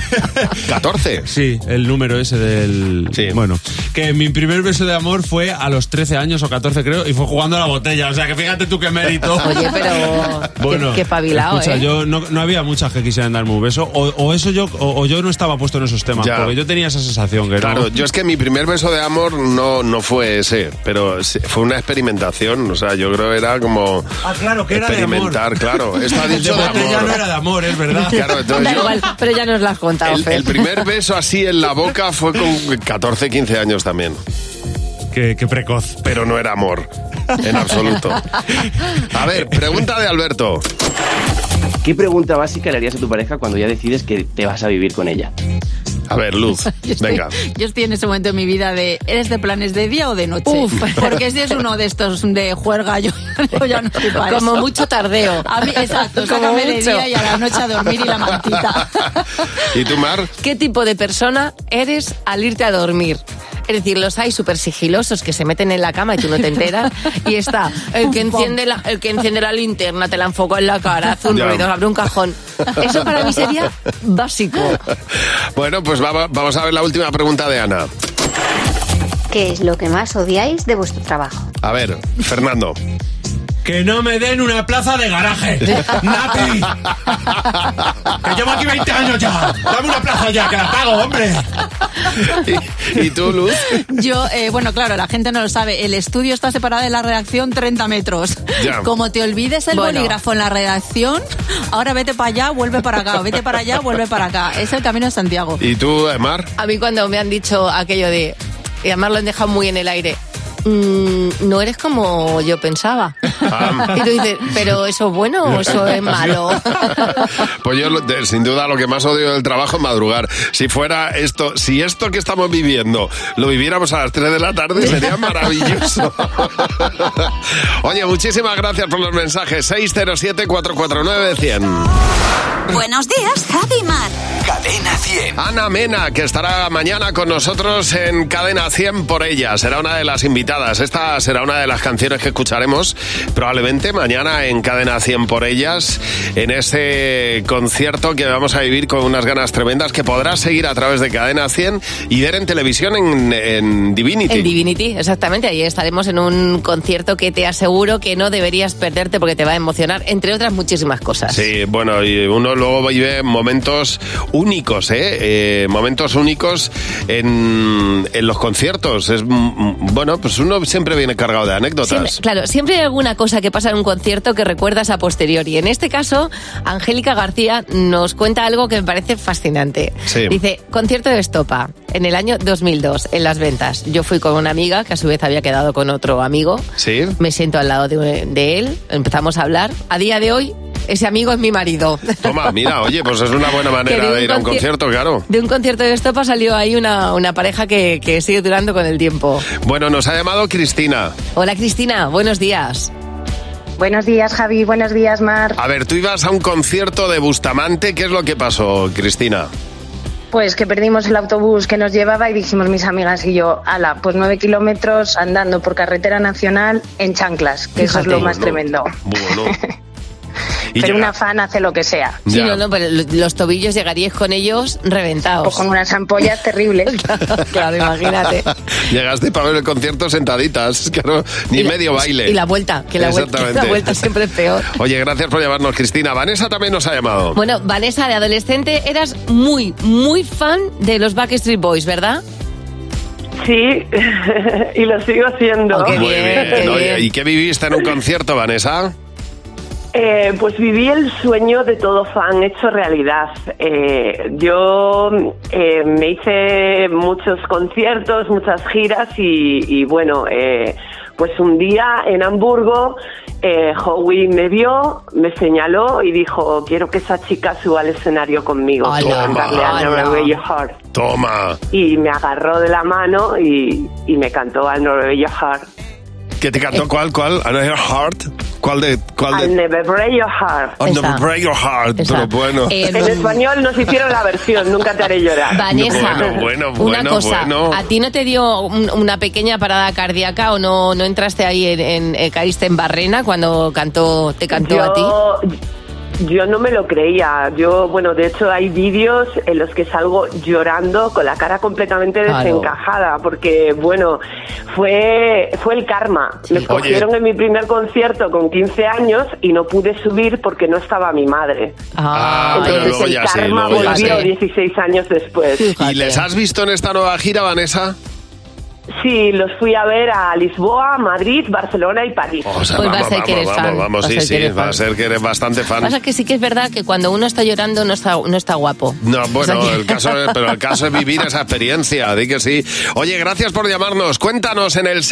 [SPEAKER 3] 14.
[SPEAKER 20] Sí, el número ese del. Sí. Bueno, que mi primer beso de amor fue a los 13 años o 14, creo, y fue jugando a la botella. O sea, que fíjate tú qué mérito.
[SPEAKER 4] (laughs) Oye, pero
[SPEAKER 20] Bueno,
[SPEAKER 4] qué, qué pabilao,
[SPEAKER 20] escucha,
[SPEAKER 4] ¿eh?
[SPEAKER 20] yo no, no había muchas que quisieran darme un beso, o, o eso yo, o, o yo no estaba puesto en esos temas,
[SPEAKER 3] Ya.
[SPEAKER 20] porque yo tenía esa sensación que (laughs)
[SPEAKER 3] Claro,
[SPEAKER 20] no.
[SPEAKER 3] yo es que mi primer beso de amor no, no fue ese, pero sí- fue una experimentación. O sea, yo creo que era como.
[SPEAKER 20] Ah, claro, que era de amor.
[SPEAKER 3] experimentar, claro. Esto ha
[SPEAKER 20] El
[SPEAKER 3] dicho
[SPEAKER 20] (laughs) de
[SPEAKER 3] de
[SPEAKER 20] botella
[SPEAKER 3] amor.
[SPEAKER 20] no era de amor, es verdad.
[SPEAKER 3] Claro, entonces
[SPEAKER 4] Da
[SPEAKER 3] yo-
[SPEAKER 4] igual, pero ya nos lo has contado,
[SPEAKER 3] el,
[SPEAKER 4] Fer.
[SPEAKER 3] el
[SPEAKER 20] (laughs)
[SPEAKER 3] primer beso así en la boca fue con 14, 15 años también.
[SPEAKER 20] Qué, precoz.
[SPEAKER 3] Pero no era amor, en absoluto. A ver, pregunta de Alberto.
[SPEAKER 5] ¿Qué pregunta básica le harías a tu pareja cuando ya decides que te vas a vivir con ella?
[SPEAKER 3] A ver,
[SPEAKER 5] (laughs)
[SPEAKER 24] (laughs)
[SPEAKER 3] Luz, (laughs) venga.
[SPEAKER 6] Yo estoy en ese momento de mi vida de ¿eres de planes de día o de noche? Porque si es uno de estos de juerga, yo, yo ya no estoy para
[SPEAKER 4] (laughs) Como
[SPEAKER 6] eso.
[SPEAKER 4] mucho tardeo.
[SPEAKER 6] A mí, exacto,
[SPEAKER 4] Como
[SPEAKER 6] sácame de
[SPEAKER 4] mucho.
[SPEAKER 6] día y a la noche a dormir y la mantita.
[SPEAKER 3] ¿Y tú, Mar?
[SPEAKER 4] ¿Qué tipo de persona eres al irte a dormir? Es decir, los hay súper sigilosos que se meten en la cama y tú no te enteras. Y está el
[SPEAKER 6] (laughs)
[SPEAKER 4] que enciende la, el que enciende la linterna, te la enfoca en la cara, hace un
[SPEAKER 3] Ya.
[SPEAKER 4] ruido, abre un cajón. Eso para mí sería básico.
[SPEAKER 3] Bueno, pues va- vamos a ver la última pregunta de Ana.
[SPEAKER 25] ¿Qué es lo que más odiáis de vuestro trabajo?
[SPEAKER 3] A ver, Fernando.
[SPEAKER 20] (laughs) Que no me den una plaza de (laughs) garaje. ¡Nati! Que llevo aquí 20 años ya. Dame una plaza ya, que la pago, hombre.
[SPEAKER 3] (laughs) ¿Y, y tú, Luz?
[SPEAKER 6] (laughs) Yo, eh, bueno, claro, la gente no lo sabe. El estudio está separado de la redacción 30 metros.
[SPEAKER 3] Ya.
[SPEAKER 6] (laughs) Como te olvides el
[SPEAKER 4] Bueno.
[SPEAKER 6] bolígrafo en la redacción, ahora vete para allá, vuelve para acá, vete para allá, vuelve para acá. Es el camino de Santiago.
[SPEAKER 3] ¿Y tú, eh, Mar?
[SPEAKER 4] A mí cuando me han dicho aquello de, y además lo han dejado muy en el aire, "Mm, no eres como yo pensaba. Y tú dices, pero eso es bueno o eso es malo.
[SPEAKER 3] Pues yo, lo- de- sin duda, lo que más odio del trabajo es madrugar. Si fuera esto, si esto que estamos viviendo lo viviéramos a las 3 de la tarde, sería maravilloso. Oye, muchísimas gracias por los mensajes. 607-449-100.
[SPEAKER 1] Buenos días, Javi y Mar.
[SPEAKER 2] Cadena 100.
[SPEAKER 3] Ana Mena, que estará mañana con nosotros en Cadena 100 por ella. Será una de las invitadas. Esta será una de las canciones que escucharemos probablemente mañana en Cadena 100 por ellas, en ese concierto que vamos a vivir con unas ganas tremendas que podrás seguir a través de Cadena 100 y ver en televisión en, en Divinity.
[SPEAKER 4] En Divinity, exactamente. Ahí estaremos en un concierto que te aseguro que no deberías perderte porque te va a emocionar, entre otras muchísimas cosas.
[SPEAKER 3] Sí, bueno, y uno luego vive momentos únicos, ¿eh? Eh, momentos únicos en, en los conciertos. Es, mm, bueno, pues uno siempre viene cargado de anécdotas.
[SPEAKER 4] Siempre- claro, siempre hay alguna cosa que pasa en un concierto que recuerdas a posteriori. En este caso, Angélica García nos cuenta algo que me parece fascinante.
[SPEAKER 26] Sí.
[SPEAKER 4] Dice, concierto de Estopa, en el año 2002, en Las Ventas. Yo fui con una amiga que a su vez había quedado con otro amigo.
[SPEAKER 3] Sí.
[SPEAKER 4] Me siento al lado de, de él, empezamos a hablar. A día de hoy, ese amigo es mi marido. (laughs)
[SPEAKER 3] Toma, mira, oye, pues es una buena manera
[SPEAKER 4] Que
[SPEAKER 3] de ir a un
[SPEAKER 4] conci-
[SPEAKER 3] concierto, claro.
[SPEAKER 4] De un concierto de Estopa salió ahí una, una pareja que, que sigue durando con el tiempo.
[SPEAKER 3] Bueno, nos ha llamado Cristina.
[SPEAKER 4] Hola Cristina, buenos días.
[SPEAKER 27] Buenos días, Javi. Buenos días, Mar.
[SPEAKER 3] A ver, tú ibas a un concierto de Bustamante. ¿Qué es lo que pasó, Cristina?
[SPEAKER 27] Pues que perdimos el autobús que nos llevaba y dijimos mis amigas y yo, ala, pues nueve kilómetros andando por carretera nacional en chanclas, que eso es lo
[SPEAKER 4] Fíjate.
[SPEAKER 27] más tremendo.
[SPEAKER 3] Bueno.
[SPEAKER 4] (laughs)
[SPEAKER 3] Y
[SPEAKER 27] Pero
[SPEAKER 3] llega-
[SPEAKER 27] una fan hace lo que sea.
[SPEAKER 4] Sí, no, no, pero lo- los tobillos llegaríais con ellos reventados.
[SPEAKER 27] Con unas ampollas terribles.
[SPEAKER 4] (laughs) claro, imagínate.
[SPEAKER 3] Llegaste para ver el concierto sentaditas, (laughs) claro, (laughs) ni
[SPEAKER 4] Y la-
[SPEAKER 3] medio baile.
[SPEAKER 4] Y la vuelta, (laughs) que la, vuelta, que la
[SPEAKER 3] Exactamente.
[SPEAKER 4] vuelta siempre es peor.
[SPEAKER 3] Oye, gracias por llamarnos, Cristina. Vanessa también nos ha llamado.
[SPEAKER 4] Bueno, Vanessa, de adolescente eras muy, muy fan de los Backstreet Boys, ¿verdad?
[SPEAKER 24] Sí, y lo sigo haciendo.
[SPEAKER 3] Muy Oh, bien. Oye, ¿Y qué viviste en un concierto, Vanessa?
[SPEAKER 24] Eh, pues viví el sueño de todo fan hecho realidad. Eh, yo eh, me hice muchos conciertos, muchas giras y, y bueno, eh, pues un día en Hamburgo eh, Howie me vio, me señaló y dijo, quiero que esa chica suba al escenario conmigo.
[SPEAKER 3] Hola.
[SPEAKER 24] para cantarle a
[SPEAKER 3] Hola.
[SPEAKER 24] Never Will Your Heart.
[SPEAKER 3] Toma.
[SPEAKER 24] Y me agarró de la mano y, y me cantó al Your Heart.
[SPEAKER 3] ¿Qué te cantó cuál, cuál? I Know Your Heart. ¿Cuál de...? Cuál
[SPEAKER 24] I'll
[SPEAKER 3] de...
[SPEAKER 24] never break your heart.
[SPEAKER 3] I'll never break your heart. Pero bueno.
[SPEAKER 4] Eh,
[SPEAKER 24] en español nos hicieron la versión, nunca te haré llorar.
[SPEAKER 4] Vanessa,
[SPEAKER 3] Bueno, bueno,
[SPEAKER 4] una
[SPEAKER 3] bueno,
[SPEAKER 4] cosa,
[SPEAKER 3] bueno.
[SPEAKER 4] ¿a ti no te dio un- una pequeña parada cardíaca o no, no entraste ahí, en, en- eh, caíste en barrena cuando cantó, te cantó a ti?
[SPEAKER 24] Yo no me lo creía. Yo, bueno, de hecho hay vídeos en los que salgo llorando con la cara completamente
[SPEAKER 28] Claro.
[SPEAKER 24] desencajada, porque, bueno, fue, fue el karma. Me cogieron en mi primer concierto con 15 años y no pude subir porque no estaba mi madre.
[SPEAKER 3] Ah, pero
[SPEAKER 24] Entonces
[SPEAKER 3] luego
[SPEAKER 24] el
[SPEAKER 3] ya sí,
[SPEAKER 24] karma
[SPEAKER 3] luego ya
[SPEAKER 24] volvió
[SPEAKER 3] sí.
[SPEAKER 24] 16 años después.
[SPEAKER 3] ¿Y les has visto en esta nueva gira, Vanessa?
[SPEAKER 24] Sí, los fui a ver a Lisboa, Madrid, Barcelona y París.
[SPEAKER 3] O sea,
[SPEAKER 4] Pues va a ser que eres
[SPEAKER 3] vamos,
[SPEAKER 4] fan.
[SPEAKER 3] vamos,
[SPEAKER 4] Va a
[SPEAKER 3] sí,
[SPEAKER 4] ser que
[SPEAKER 3] sí,
[SPEAKER 4] eres
[SPEAKER 3] va
[SPEAKER 4] fan.
[SPEAKER 3] a ser que eres bastante fan.
[SPEAKER 4] Pasa que sí que es verdad que cuando uno está llorando no está, no está guapo.
[SPEAKER 3] No, bueno,
[SPEAKER 4] O sea que-
[SPEAKER 3] el caso, es- pero el caso es
[SPEAKER 4] (laughs)
[SPEAKER 3] vivir esa experiencia, di que sí. Oye, gracias por llamarnos. Cuéntanos en el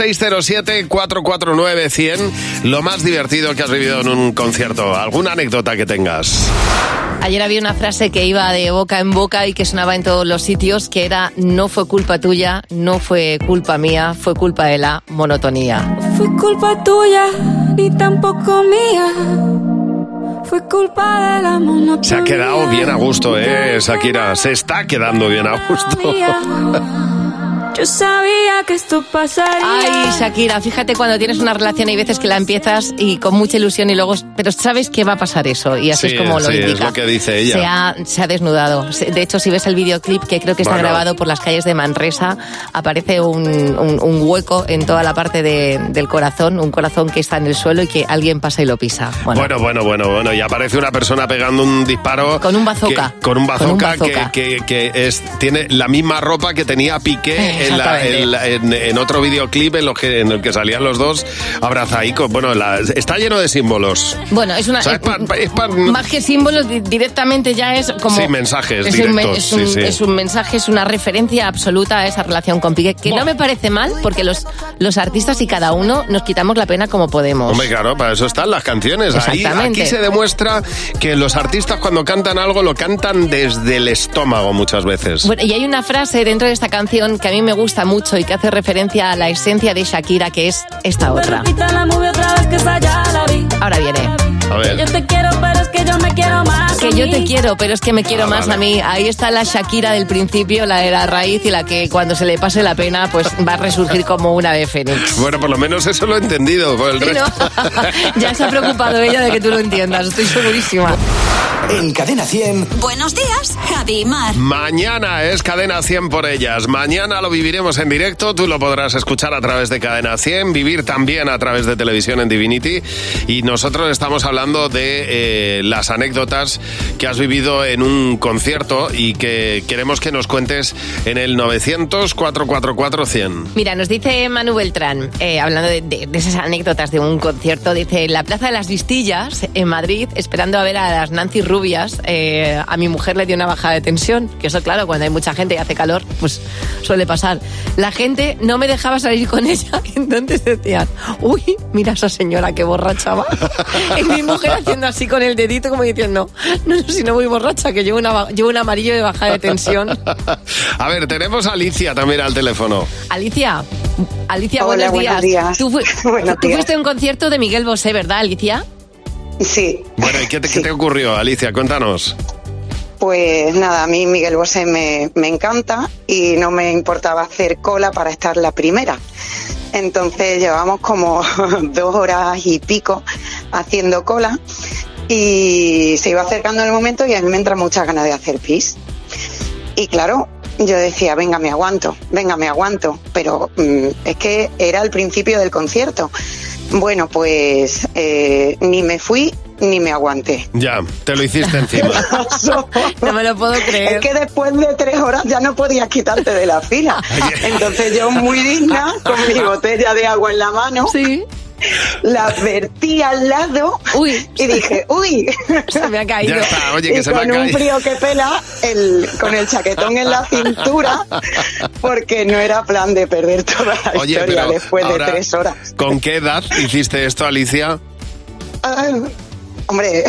[SPEAKER 3] 607-449-100 lo más divertido que has vivido en un concierto. ¿Alguna anécdota que tengas?
[SPEAKER 4] Ayer había una frase que iba de boca en boca y que sonaba en todos los sitios, que era no fue culpa tuya, no fue culpa mía, fue culpa de la monotonía.
[SPEAKER 12] Fue culpa tuya, ni tampoco mía. Fue culpa de la monotonía.
[SPEAKER 3] Se ha quedado bien a gusto, ¿eh, Shakira? Se está quedando bien a gusto.
[SPEAKER 12] (laughs) Yo sabía que esto pasaría.
[SPEAKER 4] Ay, Shakira, fíjate cuando tienes una relación hay veces que la empiezas y con mucha ilusión y luego, pero sabes que va a pasar eso (laughs) y así
[SPEAKER 3] Sí,
[SPEAKER 4] es como lo
[SPEAKER 3] sí, es
[SPEAKER 4] indica.
[SPEAKER 3] lo que dice ella.
[SPEAKER 4] Se ha, se ha desnudado. Se- De hecho, si ves el videoclip que creo que está
[SPEAKER 3] Bueno.
[SPEAKER 4] grabado por las calles de Manresa, aparece un, un- un hueco en toda la parte de- del corazón, un corazón que está en el suelo y que alguien pasa y lo pisa. Bueno,
[SPEAKER 3] Bueno, bueno, bueno, bueno. Y aparece una persona pegando un disparo.
[SPEAKER 4] Con un bazooka.
[SPEAKER 3] que- con un
[SPEAKER 4] Con un
[SPEAKER 3] bazooka,
[SPEAKER 4] bazooka.
[SPEAKER 3] que, que- que es, tiene la misma ropa que tenía Piqué en, la-
[SPEAKER 4] Exactamente.
[SPEAKER 3] en la- en- en otro videoclip en, los que, en el que salían los dos abrazadicos. Bueno, la- está lleno de símbolos.
[SPEAKER 4] Bueno, es una.
[SPEAKER 3] O sea, es pa- pa- es pa-
[SPEAKER 4] más que símbolos, di- directamente ya es como.
[SPEAKER 3] Sí, mensajes
[SPEAKER 4] es un, me-
[SPEAKER 3] directos,
[SPEAKER 4] es un-
[SPEAKER 3] sí, sí.
[SPEAKER 4] es un mensaje, es una referencia absoluta a esa relación con Piqué, que no me parece mal, porque los, los artistas y cada uno nos quitamos la pena como podemos.
[SPEAKER 3] Hombre, claro, para eso están las canciones. Ahí,
[SPEAKER 4] Exactamente.
[SPEAKER 3] aquí se demuestra que los artistas cuando cantan algo lo cantan desde el estómago muchas veces.
[SPEAKER 4] Bueno, y hay una frase dentro de esta canción que a mí me gusta mucho y que hace referencia a la esencia de Shakira, que es esta otra.
[SPEAKER 12] Repita la movie otra vez que esa ya la vi.
[SPEAKER 4] Ahora viene.
[SPEAKER 3] A ver.
[SPEAKER 12] Yo te quiero, pero es que yo me quiero más.
[SPEAKER 4] Que
[SPEAKER 12] a
[SPEAKER 4] yo
[SPEAKER 12] mí.
[SPEAKER 4] te quiero, pero es que me quiero
[SPEAKER 12] Ah,
[SPEAKER 4] más
[SPEAKER 12] vale.
[SPEAKER 4] a mí. Ahí está la Shakira del principio, la de la raíz y la que cuando se le pase la pena, pues va a resurgir como una ave fénix.
[SPEAKER 3] Bueno, por lo menos eso lo he entendido. por el
[SPEAKER 4] Sí,
[SPEAKER 3] resto-
[SPEAKER 4] ¿no? (laughs) ya se ha preocupado ella de que tú lo entiendas, estoy segurísima.
[SPEAKER 2] En Cadena 100.
[SPEAKER 1] Buenos días, Javi y Mar.
[SPEAKER 3] Mañana es Cadena 100 por ellas. Mañana lo viviremos en directo. Tú lo podrás escuchar a través de Cadena 100, vivir también a través de televisión en Divinity. Y nosotros estamos hablando de eh, las anécdotas que has vivido en un concierto y que queremos que nos cuentes en el 900 444 100.
[SPEAKER 4] Mira, nos dice Manu Beltrán, eh, hablando de, de- de esas anécdotas de un concierto, dice, en la Plaza de las Vistillas, en Madrid, esperando a ver a las Nancy Rubias, eh, a mi mujer le dio una bajada de tensión, que eso claro, cuando hay mucha gente y hace calor, pues suele pasar. La gente no me dejaba salir con (laughs) ella, y entonces decían, uy, mira esa señora que borracha va. (laughs) y mi mujer haciendo así con el dedito, como diciendo, no, no, si no voy borracha, que llevo, una, ba- llevo un amarillo de bajada de tensión.
[SPEAKER 3] (laughs) A ver, tenemos a Alicia también al teléfono.
[SPEAKER 4] Alicia, Alicia,
[SPEAKER 7] Hola,
[SPEAKER 4] buenos,
[SPEAKER 7] buenos días.
[SPEAKER 4] Tú, fui-
[SPEAKER 7] (laughs) Buenos
[SPEAKER 4] tú
[SPEAKER 7] días.
[SPEAKER 4] fuiste a un concierto de Miguel Bosé, ¿verdad, Alicia?
[SPEAKER 7] Sí,
[SPEAKER 3] Bueno, ¿y qué te, qué te ocurrió, Alicia? Cuéntanos.
[SPEAKER 7] pues nada, a mí Miguel Bosé me, me encanta y no me importaba hacer cola para estar la primera. Entonces llevamos como (laughs) dos horas y pico haciendo cola y se iba acercando el momento y a mí me entra muchas ganas de hacer pis. Y claro, yo decía, venga, me aguanto, venga, me aguanto. Pero mm, es que era el principio del concierto. Bueno, pues eh, ni me fui ni me aguanté.
[SPEAKER 3] Ya, te lo hiciste encima.
[SPEAKER 4] No me lo puedo creer.
[SPEAKER 7] Es que después de tres horas ya no podías quitarte de la fila. Entonces yo muy digna, con mi botella de agua en la mano, la vertí al lado y dije, uy,
[SPEAKER 4] se me ha caído.
[SPEAKER 7] Y
[SPEAKER 3] Ya está, oye, que se me ha
[SPEAKER 7] con un
[SPEAKER 3] caído.
[SPEAKER 7] frío que pela, el, con el chaquetón en la cintura, porque no era plan de perder toda (laughs) la
[SPEAKER 3] Oye,
[SPEAKER 7] historia
[SPEAKER 3] pero
[SPEAKER 7] después
[SPEAKER 3] ahora-
[SPEAKER 7] de tres horas.
[SPEAKER 3] ¿Con qué edad hiciste esto, Alicia?
[SPEAKER 7] Ah, Hombre,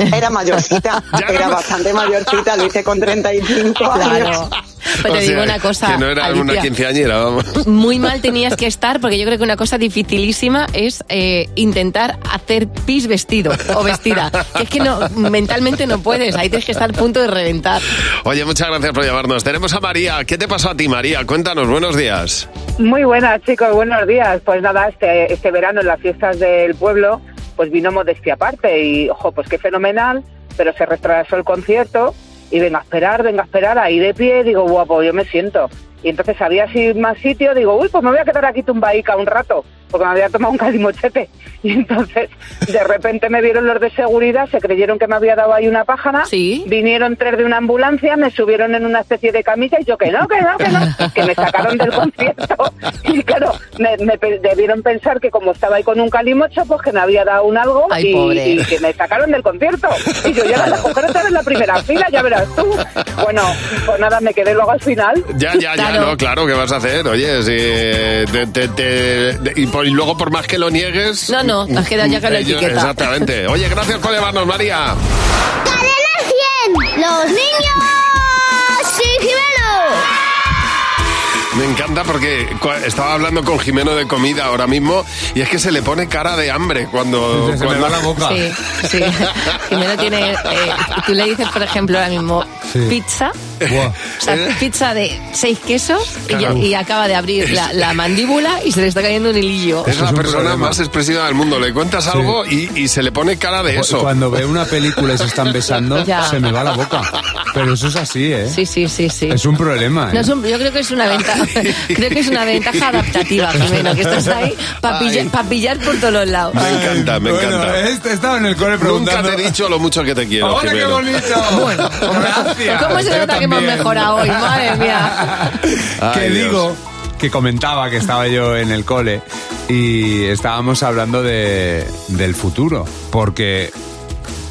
[SPEAKER 7] (laughs) era mayorcita, era bastante mayorcita, lo hice con 35 años.
[SPEAKER 4] Claro. Pues te
[SPEAKER 3] O sea,
[SPEAKER 4] digo una cosa.
[SPEAKER 3] Que no era
[SPEAKER 4] Alicia.
[SPEAKER 3] una quinceañera, vamos.
[SPEAKER 4] Muy mal tenías que estar, porque yo creo que una cosa dificilísima es eh, intentar hacer pis vestido o vestida. Que es que no, mentalmente no puedes, ahí tienes que estar a punto de reventar.
[SPEAKER 3] Oye, muchas gracias por llamarnos. Tenemos a María. ¿Qué te pasó a ti, María? Cuéntanos, buenos días.
[SPEAKER 14] Muy buenas, chicos, buenos días. Pues nada, este, este verano en las fiestas del pueblo, pues vino modestia aparte y, ojo, pues qué fenomenal, pero se retrasó el concierto y venga a esperar, venga a esperar, ahí de pie, digo, pues guapo, yo me siento. Y entonces había así más sitio, digo, uy, pues me voy a quedar aquí tumbaica un rato. porque me había tomado un calimochete. (laughs) Y entonces, de repente me vieron los de seguridad, se creyeron que me había dado ahí una pájara. Vinieron tres de una ambulancia, me subieron en una especie de camilla y yo que no, que no, que no, que me sacaron del concierto. (laughs) Y claro, me, me pe- debieron pensar que como estaba ahí con un calimocho, pues que me había dado un algo
[SPEAKER 13] Ay,
[SPEAKER 14] y-
[SPEAKER 13] pobre.
[SPEAKER 14] y que me sacaron del concierto. Y yo ya la mujer otra vez en la primera fila, ya verás tú. Bueno, pues nada, me quedé luego al final.
[SPEAKER 3] Ya, ya, ya, no, claro, ¿qué vas a hacer? Oye, si eh, te- te- te- de- y, por- y luego por más que lo niegues...
[SPEAKER 4] No, no, te has quedado ya con la
[SPEAKER 3] ellos-
[SPEAKER 4] etiqueta.
[SPEAKER 3] Exactamente. Oye, gracias por llevarnos, María.
[SPEAKER 13] ¡Los niños! ¡Sí,
[SPEAKER 3] Me encanta porque cua- estaba hablando con Jimeno de comida ahora mismo y es que se le pone cara de hambre cuando...
[SPEAKER 9] Se me
[SPEAKER 3] cuando
[SPEAKER 9] va la boca.
[SPEAKER 4] Sí, sí. Primero tiene. eh, tú le dices, por ejemplo, ahora mismo
[SPEAKER 3] Sí.
[SPEAKER 4] pizza.
[SPEAKER 3] (laughs)
[SPEAKER 4] O sea, pizza de seis quesos y,
[SPEAKER 3] Eh. Claro.
[SPEAKER 4] y acaba de abrir la, la mandíbula y se le está cayendo un hilillo.
[SPEAKER 3] Es la persona más expresiva del mundo. Le cuentas algo y, y se le pone cara de
[SPEAKER 9] Cu-
[SPEAKER 3] eso.
[SPEAKER 9] Cuando veo una película y se están besando,
[SPEAKER 4] Ya.
[SPEAKER 9] se me va la boca. Pero eso es así, ¿eh?
[SPEAKER 4] Sí, sí, sí, sí.
[SPEAKER 9] Es un problema, ¿eh?
[SPEAKER 4] No, es un- yo creo que es una ventaja, (laughs) creo que es una ventaja adaptativa, Jimeno, que estás ahí para pillar, pa' pillar por todos los
[SPEAKER 3] (laughs)
[SPEAKER 4] lados.
[SPEAKER 3] Me encanta, me
[SPEAKER 9] Bueno,
[SPEAKER 3] encanta.
[SPEAKER 9] este- estaba en el cole
[SPEAKER 3] Nunca
[SPEAKER 9] preguntando.
[SPEAKER 3] te he dicho lo mucho que te quiero.
[SPEAKER 9] ¡Ahora qué
[SPEAKER 3] Jimeno.
[SPEAKER 9] bonito!
[SPEAKER 4] (laughs) Bueno,
[SPEAKER 9] gracias.
[SPEAKER 4] ¿Cómo se
[SPEAKER 9] Yo
[SPEAKER 4] nota que hemos
[SPEAKER 9] también.
[SPEAKER 4] mejorado hoy? Madre mía.
[SPEAKER 9] que
[SPEAKER 3] Ay, Dios.
[SPEAKER 9] digo que comentaba que estaba yo en el cole y estábamos hablando de, del futuro, porque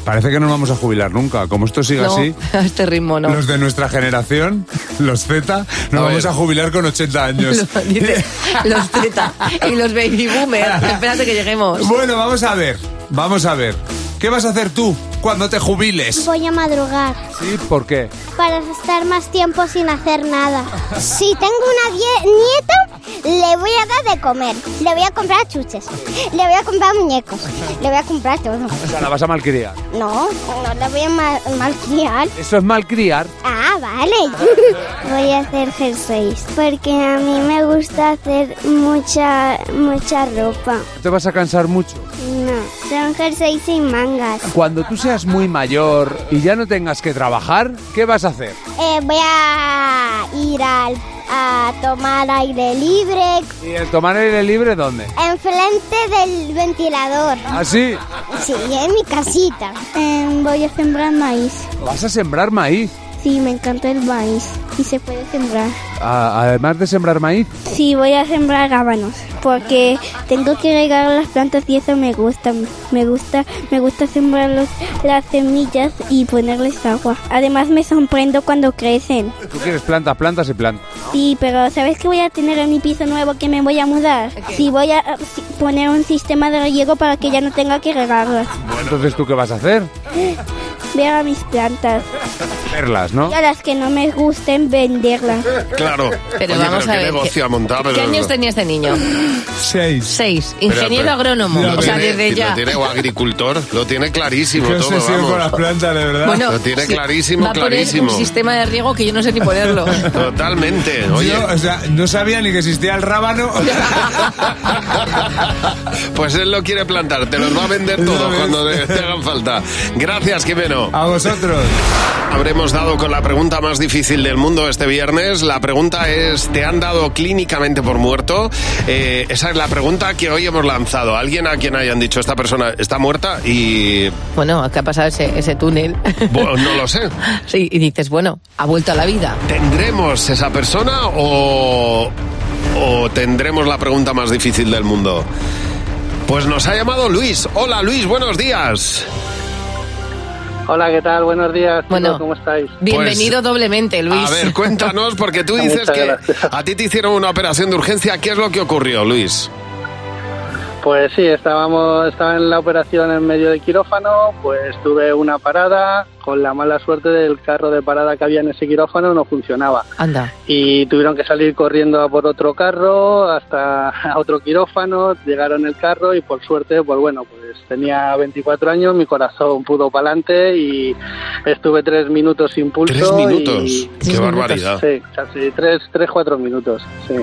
[SPEAKER 9] parece que no nos vamos a jubilar nunca. Como esto sigue
[SPEAKER 4] No,
[SPEAKER 9] así,
[SPEAKER 4] (laughs) a este ritmo no.
[SPEAKER 9] los de nuestra generación, los Z, nos
[SPEAKER 3] A
[SPEAKER 9] vamos
[SPEAKER 3] ver.
[SPEAKER 9] a jubilar con 80 años.
[SPEAKER 4] (laughs) Lo- dice, los Z y los baby boomers. Espérate que lleguemos.
[SPEAKER 9] bueno, vamos a ver, vamos a ver. ¿Qué vas a hacer tú cuando te jubiles?
[SPEAKER 16] Voy a madrugar
[SPEAKER 9] ¿Sí? ¿Por qué?
[SPEAKER 16] para estar más tiempo sin hacer nada. Si tengo una die- nieta, le voy a dar de comer. Le voy a comprar chuches. Le voy a comprar muñecos. Le voy a comprar todo.
[SPEAKER 9] O sea, la vas a malcriar.
[SPEAKER 16] No, no le voy a ma- malcriar.
[SPEAKER 9] Eso es malcriar.
[SPEAKER 16] Ah, vale. (laughs) Voy a hacer jerseys porque a mí me gusta hacer mucha Ah, mucha ropa.
[SPEAKER 9] Te vas a cansar mucho.
[SPEAKER 16] No, son jerseys sin mangas.
[SPEAKER 9] Cuando tú seas muy mayor y ya no tengas que trabajar, ¿qué vas a hacer?
[SPEAKER 16] Eh, voy a ir al- a tomar aire libre
[SPEAKER 9] ¿Y el tomar aire libre dónde? ¿Ah,
[SPEAKER 16] enfrente del ventilador.
[SPEAKER 9] Así.
[SPEAKER 16] Sí, en mi casita. Em, voy a sembrar maíz.
[SPEAKER 9] Vas a sembrar maíz.
[SPEAKER 16] Sí, me encanta el maíz y se puede sembrar.
[SPEAKER 9] A- además de sembrar maíz,
[SPEAKER 16] Sí, voy a sembrar rábanos porque tengo que regar las plantas y eso me gusta. Me gusta, me gusta sembrar los- las semillas y ponerles agua. Además me sorprendo cuando crecen.
[SPEAKER 9] tú quieres plantas, plantas y plantas.
[SPEAKER 16] Sí, pero ¿sabes qué voy a tener en mi piso nuevo que me voy a mudar? Sí, voy a eh, sí, poner un sistema de riego para que ya no tenga que regarlas. (gasps)
[SPEAKER 9] Entonces, ¿tú qué vas a hacer?
[SPEAKER 16] Ver a mis plantas.
[SPEAKER 9] Verlas, ¿no?
[SPEAKER 16] Y a las que no me gusten venderlas.
[SPEAKER 3] Claro.
[SPEAKER 4] Pero
[SPEAKER 3] Oye,
[SPEAKER 4] vamos
[SPEAKER 3] pero
[SPEAKER 4] a
[SPEAKER 3] qué
[SPEAKER 4] ver,
[SPEAKER 3] negocio
[SPEAKER 4] ¿qué-
[SPEAKER 3] ha montado.
[SPEAKER 4] ¿Qué
[SPEAKER 3] pero-
[SPEAKER 4] años tenía
[SPEAKER 3] (laughs)
[SPEAKER 4] este niño? (laughs)
[SPEAKER 9] Seis.
[SPEAKER 4] Seis.
[SPEAKER 3] Pero-
[SPEAKER 4] Ingeniero
[SPEAKER 3] pero-
[SPEAKER 4] agrónomo.
[SPEAKER 3] lo
[SPEAKER 4] o sea,
[SPEAKER 3] tiene-
[SPEAKER 4] desde ya.
[SPEAKER 3] Lo tiene o agricultor, lo tiene clarísimo
[SPEAKER 9] Qué
[SPEAKER 3] todo,
[SPEAKER 9] obsesión
[SPEAKER 3] vamos.
[SPEAKER 9] con las plantas, de verdad.
[SPEAKER 3] lo tiene
[SPEAKER 4] sí,
[SPEAKER 3] clarísimo,
[SPEAKER 4] va a poner
[SPEAKER 3] clarísimo.
[SPEAKER 4] un sistema de riego que yo no sé
[SPEAKER 3] (laughs)
[SPEAKER 4] ni ponerlo.
[SPEAKER 3] Totalmente, oye.
[SPEAKER 9] Yo, o sea, no sabía ni que existía el rábano.
[SPEAKER 3] Pues él lo quiere plantar, te los va a
[SPEAKER 9] (laughs)
[SPEAKER 3] vender todos cuando te, te hagan falta. Gracias, Jimeno.
[SPEAKER 9] A vosotros.
[SPEAKER 3] Habremos dado con la pregunta más difícil del mundo este viernes. La pregunta es, ¿te han dado clínicamente por muerto? Eh, esa es la pregunta que hoy hemos lanzado. Alguien a quien hayan dicho, esta persona está muerta y...
[SPEAKER 4] Bueno, ¿qué ha pasado ese, ese túnel?
[SPEAKER 3] Bueno, no lo sé.
[SPEAKER 4] (laughs) Sí, y dices, bueno, ha vuelto a la vida.
[SPEAKER 3] ¿Tendremos esa persona o, o tendremos la pregunta más difícil del mundo? Pues nos ha llamado Luis. Hola Luis, buenos días.
[SPEAKER 15] Hola, ¿qué tal? Buenos días.
[SPEAKER 4] Bueno,
[SPEAKER 15] ¿Cómo
[SPEAKER 3] Pues
[SPEAKER 15] estáis?
[SPEAKER 4] Bienvenido doblemente, Luis.
[SPEAKER 3] A ver, cuéntanos, porque tú dices
[SPEAKER 15] Muchas
[SPEAKER 3] que a ti te hicieron una operación de urgencia. ¿Qué es lo que ocurrió, Luis?
[SPEAKER 15] Pues sí, estábamos, estaba en la operación en medio de quirófano, pues tuve una parada, con la mala suerte del carro de parada que había en ese quirófano no funcionaba.
[SPEAKER 4] Anda.
[SPEAKER 15] Y tuvieron que salir corriendo a por otro carro, hasta (laughs) a otro quirófano, llegaron el carro y por suerte, pues bueno, pues tenía 24 años, mi corazón pudo para adelante y estuve tres minutos sin pulso.
[SPEAKER 3] Tres minutos.
[SPEAKER 15] y-
[SPEAKER 3] Qué Tres barbaridad. minutos.
[SPEAKER 15] Sí, casi tres, tres, cuatro minutos, sí.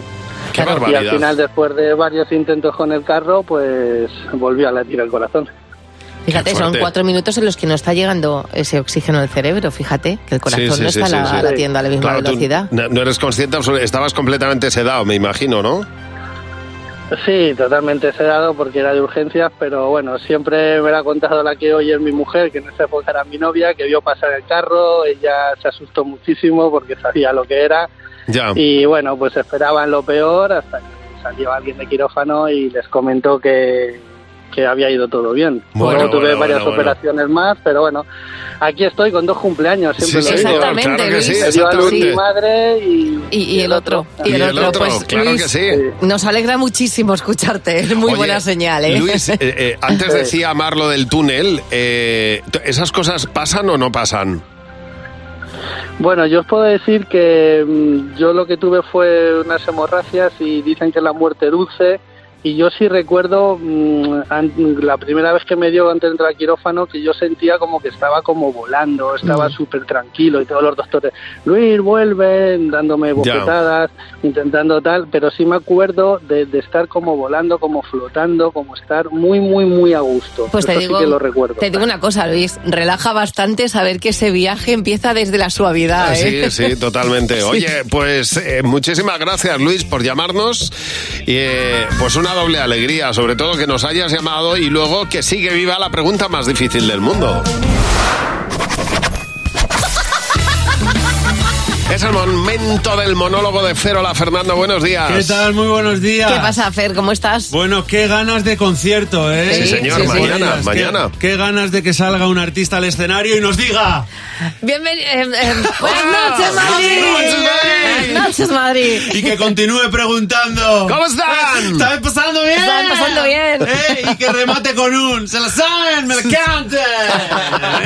[SPEAKER 15] Y
[SPEAKER 3] Qué
[SPEAKER 15] al
[SPEAKER 3] barbaridad.
[SPEAKER 15] final, después de varios intentos con el carro, pues volvió a latir el corazón. Qué
[SPEAKER 4] Fíjate, son
[SPEAKER 15] fuerte.
[SPEAKER 4] cuatro minutos en los que no está llegando ese oxígeno al cerebro. Fíjate que el corazón
[SPEAKER 3] Sí, sí,
[SPEAKER 4] no
[SPEAKER 3] sí,
[SPEAKER 4] está
[SPEAKER 3] sí,
[SPEAKER 4] la-
[SPEAKER 3] sí.
[SPEAKER 4] latiendo a la misma
[SPEAKER 3] Claro, tú
[SPEAKER 4] velocidad.
[SPEAKER 3] no no eres consciente, absolu- estabas completamente sedado, me imagino, ¿no?
[SPEAKER 15] Sí, totalmente sedado porque era de urgencias, pero bueno, siempre me lo ha contado la que hoy es mi mujer, que en esa época era mi novia, que vio pasar el carro, ella se asustó muchísimo porque sabía lo que era.
[SPEAKER 3] Ya.
[SPEAKER 15] Y bueno, pues esperaban lo peor hasta que salió alguien de quirófano y les comentó que, que había ido todo bien.
[SPEAKER 3] Bueno,
[SPEAKER 15] Luego tuve
[SPEAKER 3] bueno,
[SPEAKER 15] varias
[SPEAKER 3] bueno, bueno.
[SPEAKER 15] operaciones más, pero bueno, aquí estoy con dos cumpleaños, siempre lo
[SPEAKER 3] Sí, sí,
[SPEAKER 15] digo.
[SPEAKER 3] claro, claro que sí,
[SPEAKER 15] Me dio a luz mi
[SPEAKER 3] exactamente.
[SPEAKER 15] madre y...
[SPEAKER 4] el otro. pues,
[SPEAKER 3] Y el otro, claro que sí.
[SPEAKER 4] Nos alegra muchísimo escucharte. Es muy
[SPEAKER 3] Oye,
[SPEAKER 4] buena señal, ¿eh?
[SPEAKER 3] Luis, eh, eh,
[SPEAKER 4] (laughs)
[SPEAKER 3] antes decía Mar lo del túnel. eh, t- ¿Esas cosas pasan o no pasan?
[SPEAKER 15] Bueno, yo os puedo decir que mm, yo lo que tuve fue unas hemorragias y dicen que es la muerte dulce. Y yo sí recuerdo mm, an- la primera vez que me dio antes de entrar al quirófano que yo sentía como que estaba como volando, Pues estaba
[SPEAKER 22] Mm.
[SPEAKER 15] súper tranquilo y todos los doctores, Luis, vuelven, dándome bofetadas, intentando tal, pero sí me acuerdo de, de estar como volando, como flotando, como estar muy, muy, muy a gusto.
[SPEAKER 4] Pues te
[SPEAKER 15] Eso
[SPEAKER 4] digo,
[SPEAKER 15] sí que lo recuerdo.
[SPEAKER 4] te digo una cosa, Luis. Relaja bastante saber que ese viaje empieza desde la suavidad.
[SPEAKER 3] Sí,
[SPEAKER 4] ¿eh? (laughs)
[SPEAKER 3] sí, totalmente.
[SPEAKER 4] Sí.
[SPEAKER 3] Oye, pues eh, muchísimas gracias Luis por llamarnos. Y, eh, pues una doble alegría, sobre todo que nos hayas llamado y luego que sigue viva la pregunta más difícil del
[SPEAKER 4] (laughs)
[SPEAKER 3] mundo. Es el momento del monólogo de Ferola. Fernando, buenos días.
[SPEAKER 10] ¿Qué tal? Muy buenos días.
[SPEAKER 4] ¿Qué pasa, Fer? ¿Cómo estás?
[SPEAKER 10] Bueno, qué ganas de concierto, ¿eh?
[SPEAKER 3] Sí, Sí, señor, sí, sí. mañana,
[SPEAKER 10] Oigas, qué-
[SPEAKER 3] mañana.
[SPEAKER 10] Qué, ganas de que salga un artista al escenario y nos diga.
[SPEAKER 4] Bienvenido. em, (laughs) buenas noches, Madrid. Buenas noches, Madrid.
[SPEAKER 10] Y que continúe preguntando.
[SPEAKER 4] ¿Cómo
[SPEAKER 10] (laughs)
[SPEAKER 4] están?
[SPEAKER 10] ¿Están pasando bien?
[SPEAKER 4] Están pasando bien.
[SPEAKER 10] ¿Eh? Y que remate con un. ¡Se la saben! ¡Me la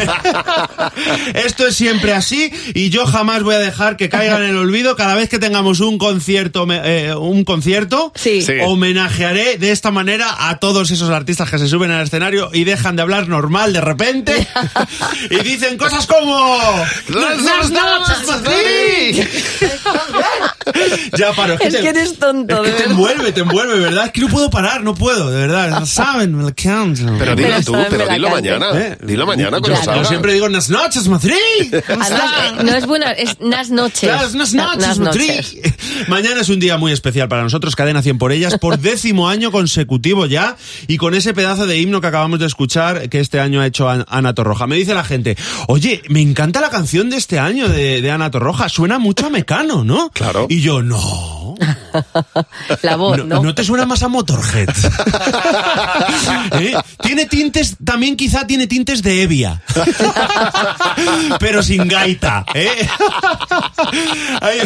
[SPEAKER 4] (laughs)
[SPEAKER 10] cantan! Esto es siempre así y yo jamás voy a dejar que caigan en el olvido. Cada vez que tengamos un concierto, me- eh, un concierto
[SPEAKER 3] Sí.
[SPEAKER 10] homenajearé de esta manera a todos esos artistas que se suben al escenario y dejan de hablar normal de repente y dicen cosas como
[SPEAKER 13] Buenas noches, Madrid.
[SPEAKER 4] (laughs)
[SPEAKER 10] ya paro.
[SPEAKER 13] Es que eres
[SPEAKER 10] es que
[SPEAKER 4] tonto,
[SPEAKER 13] de
[SPEAKER 10] te
[SPEAKER 13] verdad.
[SPEAKER 10] envuelve, te envuelve, ¿verdad? Es que no puedo parar, no puedo, de verdad. No saben, me la cantan.
[SPEAKER 3] Pero dilo Pero tú, saben, pero me la dilo cantan. mañana.
[SPEAKER 10] Eh,
[SPEAKER 3] Dilo mañana cuando
[SPEAKER 10] Yo-
[SPEAKER 3] salga.
[SPEAKER 10] Yo siempre digo, buenas noches, Madrid.
[SPEAKER 4] Además, eh, no es buena, es unas noches.
[SPEAKER 10] Claro, unas noches,
[SPEAKER 4] Unas
[SPEAKER 10] Madrid.
[SPEAKER 4] noches.
[SPEAKER 10] Mañana es un día muy especial para nosotros, Cadena 100 por ellas, por décimo año consecutivo ya, y con ese pedazo de himno que acabamos de escuchar, que este año ha hecho An- Ana Torroja. Me dice la gente, oye, me encanta la canción de este año de, de Ana Torroja, suena mucho a Mecano, ¿no? Claro. Y yo, no.
[SPEAKER 4] La voz, ¿no?
[SPEAKER 10] te suena más a Motorhead? ¿Eh? Tiene tintes, también quizá tiene tintes de Evia. (laughs) Pero sin gaita, ¿eh? (laughs) hay,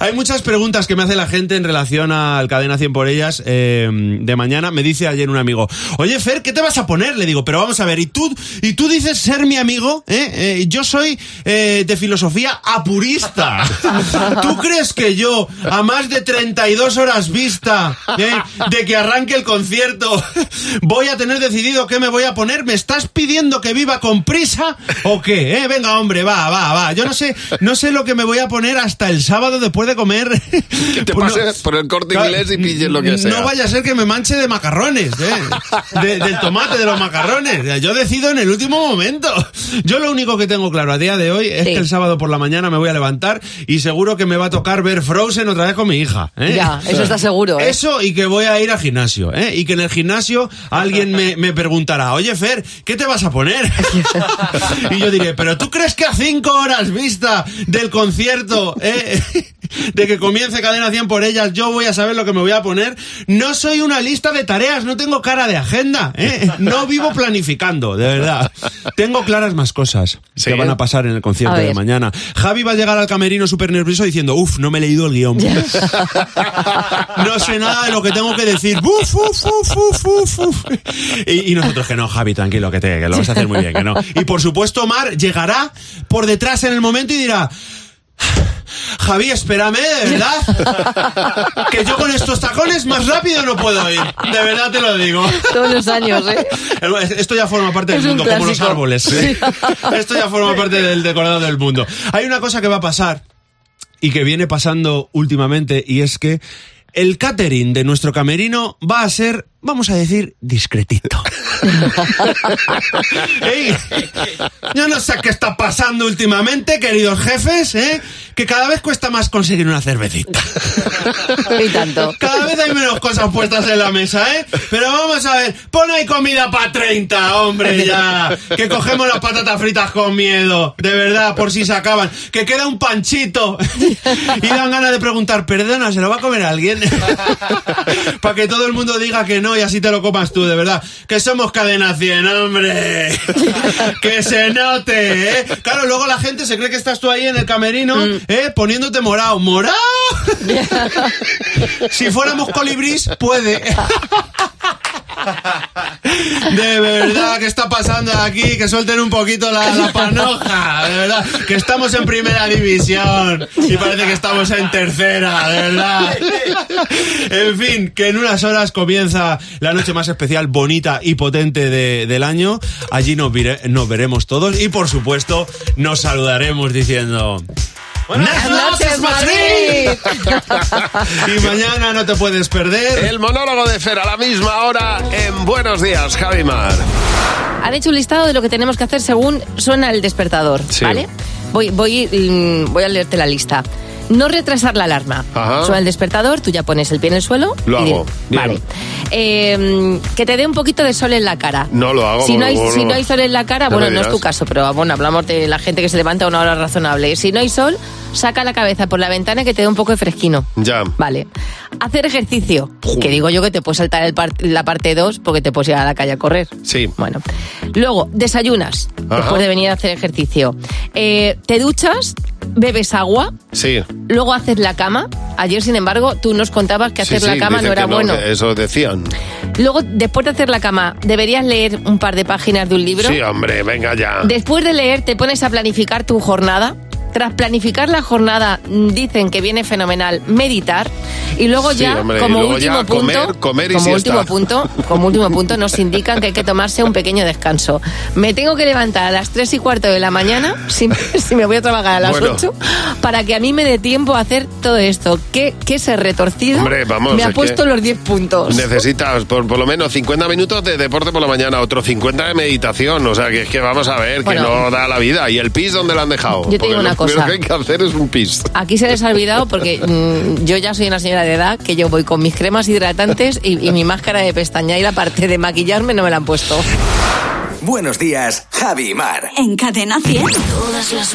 [SPEAKER 10] hay muchas preguntas que me hace la gente en relación al Cadena 100 por ellas eh, de mañana. Me dice ayer un amigo, oye Fer, ¿qué te vas a poner? Le digo, pero vamos a ver, ¿y tú, y tú dices ser mi amigo? ¿eh? Eh, yo soy eh, de filosofía apurista. (laughs) ¿Tú crees que yo, a más de 32 horas vista ¿eh? de que arranque el concierto, voy a tener decidido qué me voy a poner? ¿Me estás pidiendo que viva con prisa o qué? ¿Eh? Venga, hombre, va, va, va. Yo no sé, no sé lo que me voy a poner hasta el sábado después de comer.
[SPEAKER 3] Que te
[SPEAKER 10] Pues no-
[SPEAKER 3] pases por el corte
[SPEAKER 10] Claro,
[SPEAKER 3] inglés y pilles lo que sea.
[SPEAKER 10] No vaya a ser que me manche de macarrones, ¿eh? De- del tomate, de los macarrones. Yo decido en el último momento. Yo lo único que tengo claro a día de hoy es
[SPEAKER 4] Sí.
[SPEAKER 10] que el sábado por la mañana me voy a levantar y seguro que me va a tocar ver Frozen otra vez con mi hija. ¿eh?
[SPEAKER 4] Ya, eso está seguro, ¿eh?
[SPEAKER 10] Eso y que voy a ir al gimnasio, ¿eh? Y que en el gimnasio alguien me, me preguntará, oye Fer, ¿qué te vas a
[SPEAKER 4] (laughs)
[SPEAKER 10] poner? y yo diré, pero ¿tú crees que a cinco horas vista del concierto, eh, de que comience Cadena 100 por ellas, yo voy a saber lo que me voy a poner? No soy una lista de tareas, no tengo cara de agenda, ¿eh? No vivo planificando, de verdad. Tengo claras más cosas que van a pasar en el concierto
[SPEAKER 4] A
[SPEAKER 10] de
[SPEAKER 4] ver.
[SPEAKER 10] mañana. Javi va a llegar al camerino súper nervioso diciendo, uff, no me he leído el
[SPEAKER 4] (laughs)
[SPEAKER 10] guión. No sé nada de lo que tengo que decir. Buf, uf, uf, uf, uf, uf. Y, y nosotros que no, Javi, tranquilo, que, te, que lo vas a hacer muy bien, que no. Y por supuesto, Mar llegará por detrás en el momento y dirá. Javi, espérame, de verdad. Que yo con estos tacones más rápido no puedo ir. De verdad te lo digo.
[SPEAKER 4] Todos los años, ¿eh?
[SPEAKER 10] Esto ya forma parte del
[SPEAKER 4] Es un
[SPEAKER 10] mundo, como los
[SPEAKER 4] clásico.
[SPEAKER 10] árboles. ¿eh? Esto ya forma parte del decorado del mundo. Hay una cosa que va a pasar y que viene pasando últimamente y es que el catering de nuestro camerino va a ser, vamos a decir,
[SPEAKER 4] (laughs)
[SPEAKER 10] discretito. (laughs) Ey, yo no sé qué está pasando últimamente, queridos jefes, ¿eh? que cada vez cuesta más conseguir una cervecita.
[SPEAKER 4] Y tanto.
[SPEAKER 10] Cada vez hay menos cosas puestas en la mesa, ¿eh? Pero vamos a ver, pon ahí comida para 30, hombre, ya. Que cogemos las patatas fritas con miedo, de verdad, por si se acaban. Que queda un panchito. Y dan ganas de preguntar, perdona, ¿se lo va a comer alguien? para que todo el mundo diga que no y así te lo comas tú, de verdad. Que somos cadena 100, hombre. que se note, ¿eh? Claro, luego la gente se cree que estás tú ahí en el camerino, ¿eh? Poniéndote morado.
[SPEAKER 11] (laughs)
[SPEAKER 10] ¡Morado! si fuéramos colibrís, puede. (laughs) De verdad, ¿qué está pasando aquí? Que suelten un poquito la, la panoja, de verdad. Que estamos en primera división y parece que estamos en tercera, de verdad. En fin, que en unas horas comienza la noche más especial, bonita y potente de- del año. Allí nos, vire- nos veremos todos y, por supuesto, nos saludaremos diciendo...
[SPEAKER 13] Buenas noches,
[SPEAKER 3] (laughs)
[SPEAKER 10] Y mañana no te puedes perder.
[SPEAKER 3] El monólogo de Fer a la misma hora en Buenos Días, Javi Mar.
[SPEAKER 4] Han hecho un listado de lo que tenemos que hacer según suena el despertador,
[SPEAKER 3] Sí.
[SPEAKER 4] ¿vale? Voy, voy, mm, voy a leerte la lista. No retrasar la alarma.
[SPEAKER 3] Ajá.
[SPEAKER 4] Suena el despertador, tú ya pones el pie en el suelo.
[SPEAKER 3] Lo
[SPEAKER 4] y
[SPEAKER 3] hago.
[SPEAKER 4] di-
[SPEAKER 3] Bien.
[SPEAKER 4] Vale. Eh, que te dé un poquito de sol en la cara.
[SPEAKER 3] No lo hago.
[SPEAKER 4] Si no, hay,
[SPEAKER 3] por favor,
[SPEAKER 4] si no hay sol en la cara,
[SPEAKER 3] Ya
[SPEAKER 4] bueno,
[SPEAKER 3] me
[SPEAKER 4] no es
[SPEAKER 3] dirás.
[SPEAKER 4] tu caso, pero ah, bueno, hablamos de la gente que se levanta a una hora razonable. Si no hay sol, saca la cabeza por la ventana que te dé un poco de fresquino.
[SPEAKER 3] Ya.
[SPEAKER 4] Vale. Hacer ejercicio, que digo yo que te puedes saltar el par- la parte 2 porque te puedes ir a la calle a correr.
[SPEAKER 3] Sí.
[SPEAKER 4] Bueno. Luego, desayunas,
[SPEAKER 3] Ajá.
[SPEAKER 4] después de venir a hacer ejercicio. Eh, te duchas, bebes agua,
[SPEAKER 3] Sí.
[SPEAKER 4] luego haces la cama. Ayer, sin embargo, tú nos contabas que hacer
[SPEAKER 3] Sí,
[SPEAKER 4] la
[SPEAKER 3] sí,
[SPEAKER 4] cama
[SPEAKER 3] dicen
[SPEAKER 4] no era
[SPEAKER 3] que
[SPEAKER 4] bueno.
[SPEAKER 3] que Eso decían.
[SPEAKER 4] Luego, después de hacer la cama, deberías leer un par de páginas de un libro.
[SPEAKER 3] Sí, hombre, venga ya.
[SPEAKER 4] Después de leer, te pones a planificar tu jornada. Tras planificar la jornada, mm, dicen que viene fenomenal meditar. Y luego
[SPEAKER 3] Sí,
[SPEAKER 4] ya,
[SPEAKER 3] hombre, y
[SPEAKER 4] como
[SPEAKER 3] luego
[SPEAKER 4] último
[SPEAKER 3] ya
[SPEAKER 4] punto,
[SPEAKER 3] comer, comer y
[SPEAKER 4] como
[SPEAKER 3] siesta.
[SPEAKER 4] último punto, como último punto, nos indican que hay que tomarse un pequeño descanso. Me tengo que levantar a las 3 y cuarto de la mañana, (laughs) si, si me voy a trabajar a las
[SPEAKER 3] Bueno.
[SPEAKER 4] 8, para que a mí me dé tiempo a hacer todo esto. Que, que ese retorcido
[SPEAKER 3] Hombre, vamos,
[SPEAKER 4] me ha
[SPEAKER 3] es
[SPEAKER 4] puesto
[SPEAKER 3] que-
[SPEAKER 4] los 10 puntos.
[SPEAKER 3] Necesitas por, por lo menos 50 minutos de deporte por la mañana, otros 50 de meditación. O sea, que es que vamos a ver,
[SPEAKER 4] Bueno.
[SPEAKER 3] que no da la vida. ¿Y el pis dónde lo han dejado?
[SPEAKER 4] Yo te digo
[SPEAKER 3] Porque
[SPEAKER 4] una
[SPEAKER 3] lo primero
[SPEAKER 4] cosa.
[SPEAKER 3] que hay que hacer es un pis.
[SPEAKER 4] Aquí se les ha olvidado porque mm, yo ya soy una señora de edad que yo voy con mis cremas hidratantes y, y mi máscara de pestaña y la parte de maquillarme no me la han puesto.
[SPEAKER 2] Buenos días, Javi y Mar.
[SPEAKER 1] En Cadena 100. Todas las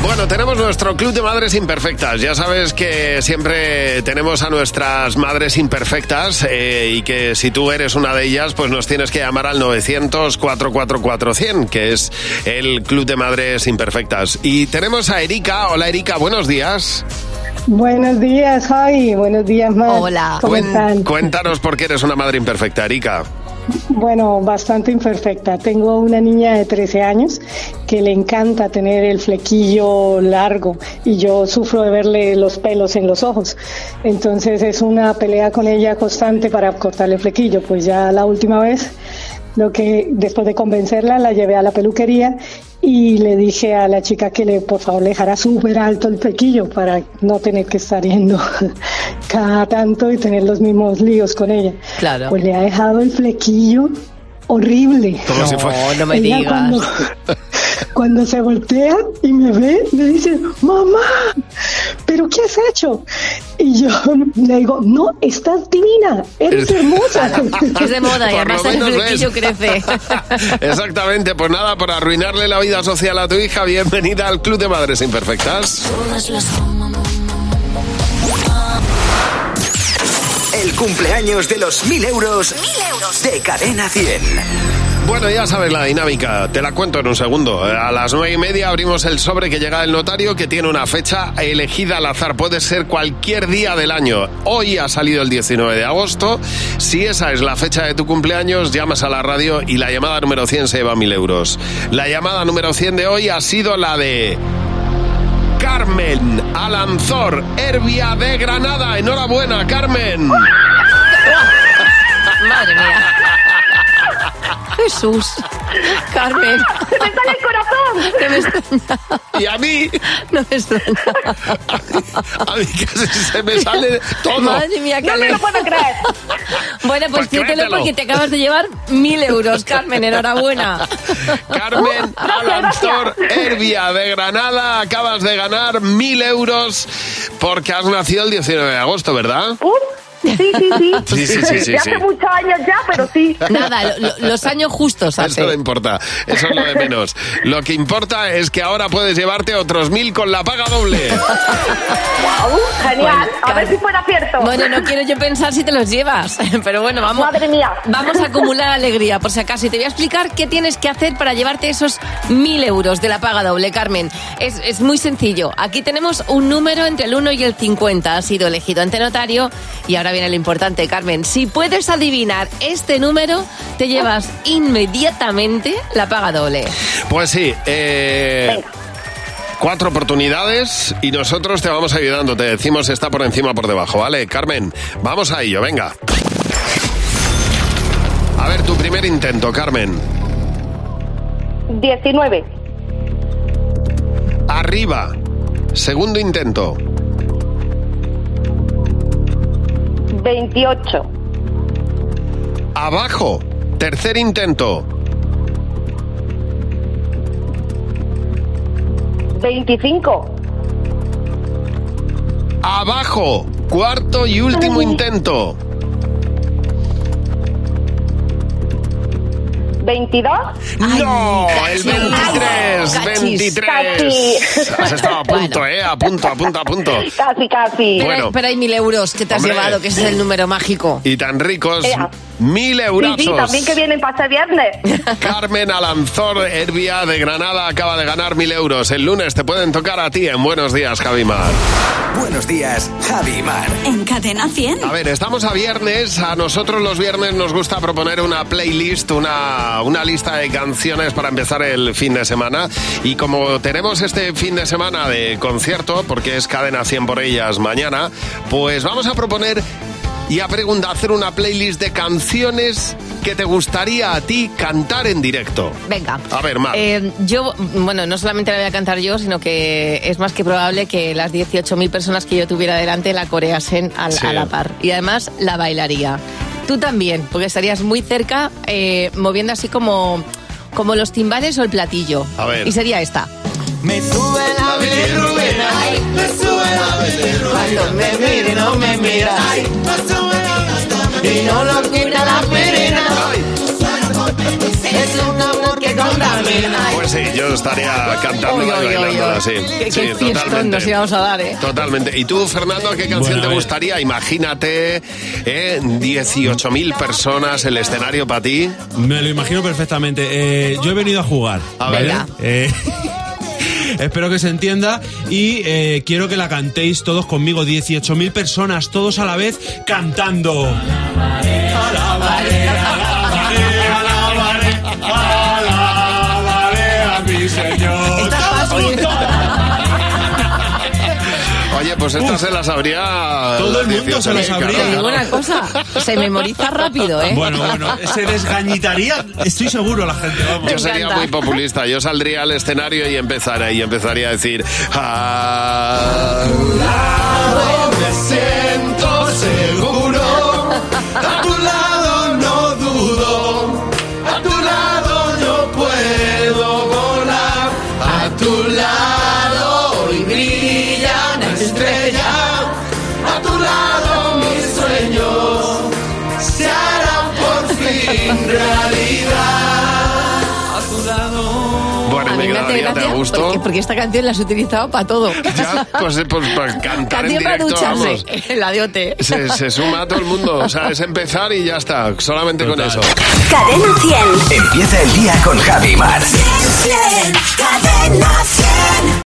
[SPEAKER 3] Bueno, tenemos nuestro club de madres imperfectas. Ya sabes que siempre tenemos a nuestras madres imperfectas eh, y que si tú eres una de ellas, pues nos tienes que llamar al 900-444-100, que es el club de madres imperfectas. Y tenemos a Erika. Hola Erika, buenos días.
[SPEAKER 18] Buenos días, Javi. Buenos días, Mar. Hola. Ah. ¿Cómo
[SPEAKER 3] Cuen-
[SPEAKER 18] están?
[SPEAKER 3] Cuéntanos por qué eres una madre
[SPEAKER 18] (laughs)
[SPEAKER 3] imperfecta, Erika.
[SPEAKER 18] Bueno, bastante imperfecta. Tengo una niña de 13 años que le encanta tener el flequillo largo y yo sufro de verle los pelos en los ojos. Entonces es una pelea con ella constante para cortarle el flequillo. Pues ya la última vez, lo que después de convencerla, la llevé a la peluquería y le dije a la chica que le por favor le dejara súper alto el flequillo para no tener que estar yendo (laughs) cada tanto y tener los mismos líos con ella.
[SPEAKER 4] Claro.
[SPEAKER 18] Pues le ha dejado el flequillo (laughs) horrible.
[SPEAKER 4] Como si fue- No, no me
[SPEAKER 18] Ella
[SPEAKER 4] digas.
[SPEAKER 18] Cuando, cuando se voltea y me ve, me dice, mamá, ¿pero qué has hecho? Y yo (laughs) le digo, no, estás divina, eres (laughs) hermosa.
[SPEAKER 4] Es de moda y
[SPEAKER 18] Por
[SPEAKER 4] además
[SPEAKER 18] lo
[SPEAKER 4] el
[SPEAKER 18] menos
[SPEAKER 4] flequillo crece.
[SPEAKER 3] Exactamente, pues nada, por arruinarle la vida social a tu hija, bienvenida al club de madres imperfectas.
[SPEAKER 2] El cumpleaños de los mil euros, de Cadena 100.
[SPEAKER 3] Bueno, ya sabes la dinámica, te la cuento en un segundo. Eh, A las nueve y media abrimos el sobre que llega del notario que tiene una fecha elegida al azar, puede ser cualquier día del año. Hoy ha salido el 19 de agosto, si esa es la fecha de tu cumpleaños, llamas a la radio y la llamada número 100 se lleva mil euros. La llamada número 100 de hoy ha sido la de... Carmen Alanzor, Herbia de Granada. Enhorabuena, Carmen.
[SPEAKER 4] Madre mía. Jesús. Carmen.
[SPEAKER 19] ¡Se me sale el corazón!
[SPEAKER 4] No me extraña.
[SPEAKER 3] ¿Y a mí?
[SPEAKER 4] No me extraña.
[SPEAKER 3] A mí casi se me sale todo.
[SPEAKER 4] Madre mía, qué alegría.
[SPEAKER 19] creer.
[SPEAKER 4] Bueno,
[SPEAKER 3] Pues
[SPEAKER 4] pues siéntelo
[SPEAKER 3] créetelo.
[SPEAKER 4] porque te acabas de llevar mil euros, Carmen. Enhorabuena.
[SPEAKER 3] Carmen Alantor Herbia de Granada, acabas de ganar mil euros porque has nacido el 19 de agosto, ¿verdad?
[SPEAKER 19] Sí, sí, sí.
[SPEAKER 3] Sí, sí, sí, sí,
[SPEAKER 19] Ya hace
[SPEAKER 3] sí.
[SPEAKER 19] muchos años ya, pero sí.
[SPEAKER 4] Nada, lo- lo- los años justos
[SPEAKER 3] Eso no
[SPEAKER 4] hace.
[SPEAKER 3] importa, eso es lo de menos. Lo que importa es que ahora puedes llevarte otros mil con la paga doble.
[SPEAKER 19] Guau, genial.
[SPEAKER 4] Bueno,
[SPEAKER 19] a ver
[SPEAKER 4] Car-
[SPEAKER 19] si fuera cierto.
[SPEAKER 4] Bueno, no quiero yo pensar si te los llevas, (laughs) pero bueno, vamos.
[SPEAKER 19] Madre mía.
[SPEAKER 4] Vamos a acumular alegría, por si acaso. Y te voy a explicar qué tienes que hacer para llevarte esos mil euros de la paga doble, Carmen. Es, es muy sencillo. Aquí tenemos un número entre el 1 y el 50. Ha sido elegido ante notario. Y ahora viene lo importante, Carmen. Si puedes adivinar este número, te llevas inmediatamente la paga doble.
[SPEAKER 3] Pues sí, eh, cuatro oportunidades y nosotros te vamos ayudando. Te decimos está por encima o por debajo, ¿vale? Carmen, vamos a ello, venga. A ver, tu primer intento, Carmen.
[SPEAKER 19] 19,
[SPEAKER 3] Arriba. Segundo intento.
[SPEAKER 19] 28,
[SPEAKER 3] Abajo. Tercer intento.
[SPEAKER 19] 25,
[SPEAKER 3] Abajo. Cuarto y último intento.
[SPEAKER 19] 22.
[SPEAKER 3] No, Oh, el
[SPEAKER 19] Oh, cachis.
[SPEAKER 3] 23.
[SPEAKER 19] Cachis.
[SPEAKER 3] 23.
[SPEAKER 19] Cachis.
[SPEAKER 3] Has estado a punto, ¿eh? A punto, a punto, a punto.
[SPEAKER 19] Casi, casi.
[SPEAKER 4] Pero,
[SPEAKER 3] Bueno.
[SPEAKER 4] hay- pero hay mil euros que te has
[SPEAKER 3] Hombre.
[SPEAKER 4] llevado, que ese es el número mágico.
[SPEAKER 3] Y tan ricos.
[SPEAKER 19] Ea.
[SPEAKER 3] Mil
[SPEAKER 19] Sí,
[SPEAKER 3] eurazos.
[SPEAKER 19] sí, también que vienen para este viernes.
[SPEAKER 3] Carmen Alanzor Herbia de Granada acaba de ganar mil euros. El lunes te pueden tocar a ti en Buenos Días, Javimar.
[SPEAKER 2] Buenos días, Javi Mar.
[SPEAKER 1] En Cadena 100.
[SPEAKER 3] A ver, estamos a viernes. A nosotros los viernes nos gusta proponer una playlist, una, una lista de canciones para empezar el fin de semana. Y como tenemos este fin de semana de concierto, porque es cadena 100 por ellas mañana, pues vamos a proponer y a preguntar, hacer una playlist de canciones que te gustaría a ti cantar en directo.
[SPEAKER 4] Venga.
[SPEAKER 3] A ver, Mar.
[SPEAKER 4] Eh, yo, bueno, no solamente la voy a cantar yo, sino que es más que probable que las 18.000 personas que yo tuviera delante la coreasen al-
[SPEAKER 11] Sí.
[SPEAKER 4] a la par. Y además la bailaría. Tú también, porque estarías muy cerca eh, moviendo así como, como los timbales o el platillo.
[SPEAKER 3] A ver.
[SPEAKER 4] Y sería esta.
[SPEAKER 11] Me sube la bilirrubina, ay, me sube la bilirrubina. Cuando me mire no me mira, ay, me sube la bilirrubina. Y no lo quita la pirina, ay. Es un amor que contamina, ay.
[SPEAKER 3] Pues sí, yo estaría cantando y
[SPEAKER 4] Oy, oy, oy,
[SPEAKER 3] bailando
[SPEAKER 4] oy.
[SPEAKER 3] así.
[SPEAKER 4] Qué, qué
[SPEAKER 3] Sí,
[SPEAKER 4] fiestón nos íbamos a dar, ¿eh?
[SPEAKER 3] Totalmente. ¿Y tú, Fernando, qué canción
[SPEAKER 20] Bueno, a
[SPEAKER 3] te
[SPEAKER 20] ver.
[SPEAKER 3] gustaría? Imagínate, eh, 18.000 personas, el escenario para ti.
[SPEAKER 20] Me lo imagino perfectamente. Eh, yo he venido a jugar.
[SPEAKER 3] A
[SPEAKER 20] ¿vale?
[SPEAKER 3] ver.
[SPEAKER 20] Eh, (laughs) espero que se entienda y eh, quiero que la cantéis todos conmigo, 18.000 personas, todos a la vez cantando.
[SPEAKER 3] Oye, pues estas se las habría.
[SPEAKER 20] Todo el
[SPEAKER 3] las
[SPEAKER 20] mundo se
[SPEAKER 3] 18.000,
[SPEAKER 20] las habría.
[SPEAKER 4] Te
[SPEAKER 3] claro.
[SPEAKER 4] digo una cosa, se memoriza rápido, ¿eh?
[SPEAKER 20] Bueno, bueno, se desgañitaría, estoy seguro la gente, vamos.
[SPEAKER 3] Yo sería muy populista, yo saldría al escenario y empezara y empezaría a decir "Ah,
[SPEAKER 11] Me siento seguro, a tu lado no dudo, a tu lado yo puedo volar, a tu lado hoy brilla una estrella, a tu lado mis sueños se harán por fin realidad, a tu lado.
[SPEAKER 3] Bueno,
[SPEAKER 4] a
[SPEAKER 3] me
[SPEAKER 4] mí me hace
[SPEAKER 3] quedaría de
[SPEAKER 4] gracia
[SPEAKER 3] gusto.
[SPEAKER 4] porque, porque esta canción la has utilizado para todo.
[SPEAKER 3] Ya, pues, pues, para cantar en
[SPEAKER 4] Canción para
[SPEAKER 3] directo,
[SPEAKER 4] ducharse,
[SPEAKER 3] vamos.
[SPEAKER 4] (laughs) la de OT.
[SPEAKER 3] Se, se suma a todo el mundo. O sea, es empezar y ya está. Solamente con eso.
[SPEAKER 1] Cadena 100.
[SPEAKER 2] Empieza el día con Javi Mar.
[SPEAKER 1] Cadena 100.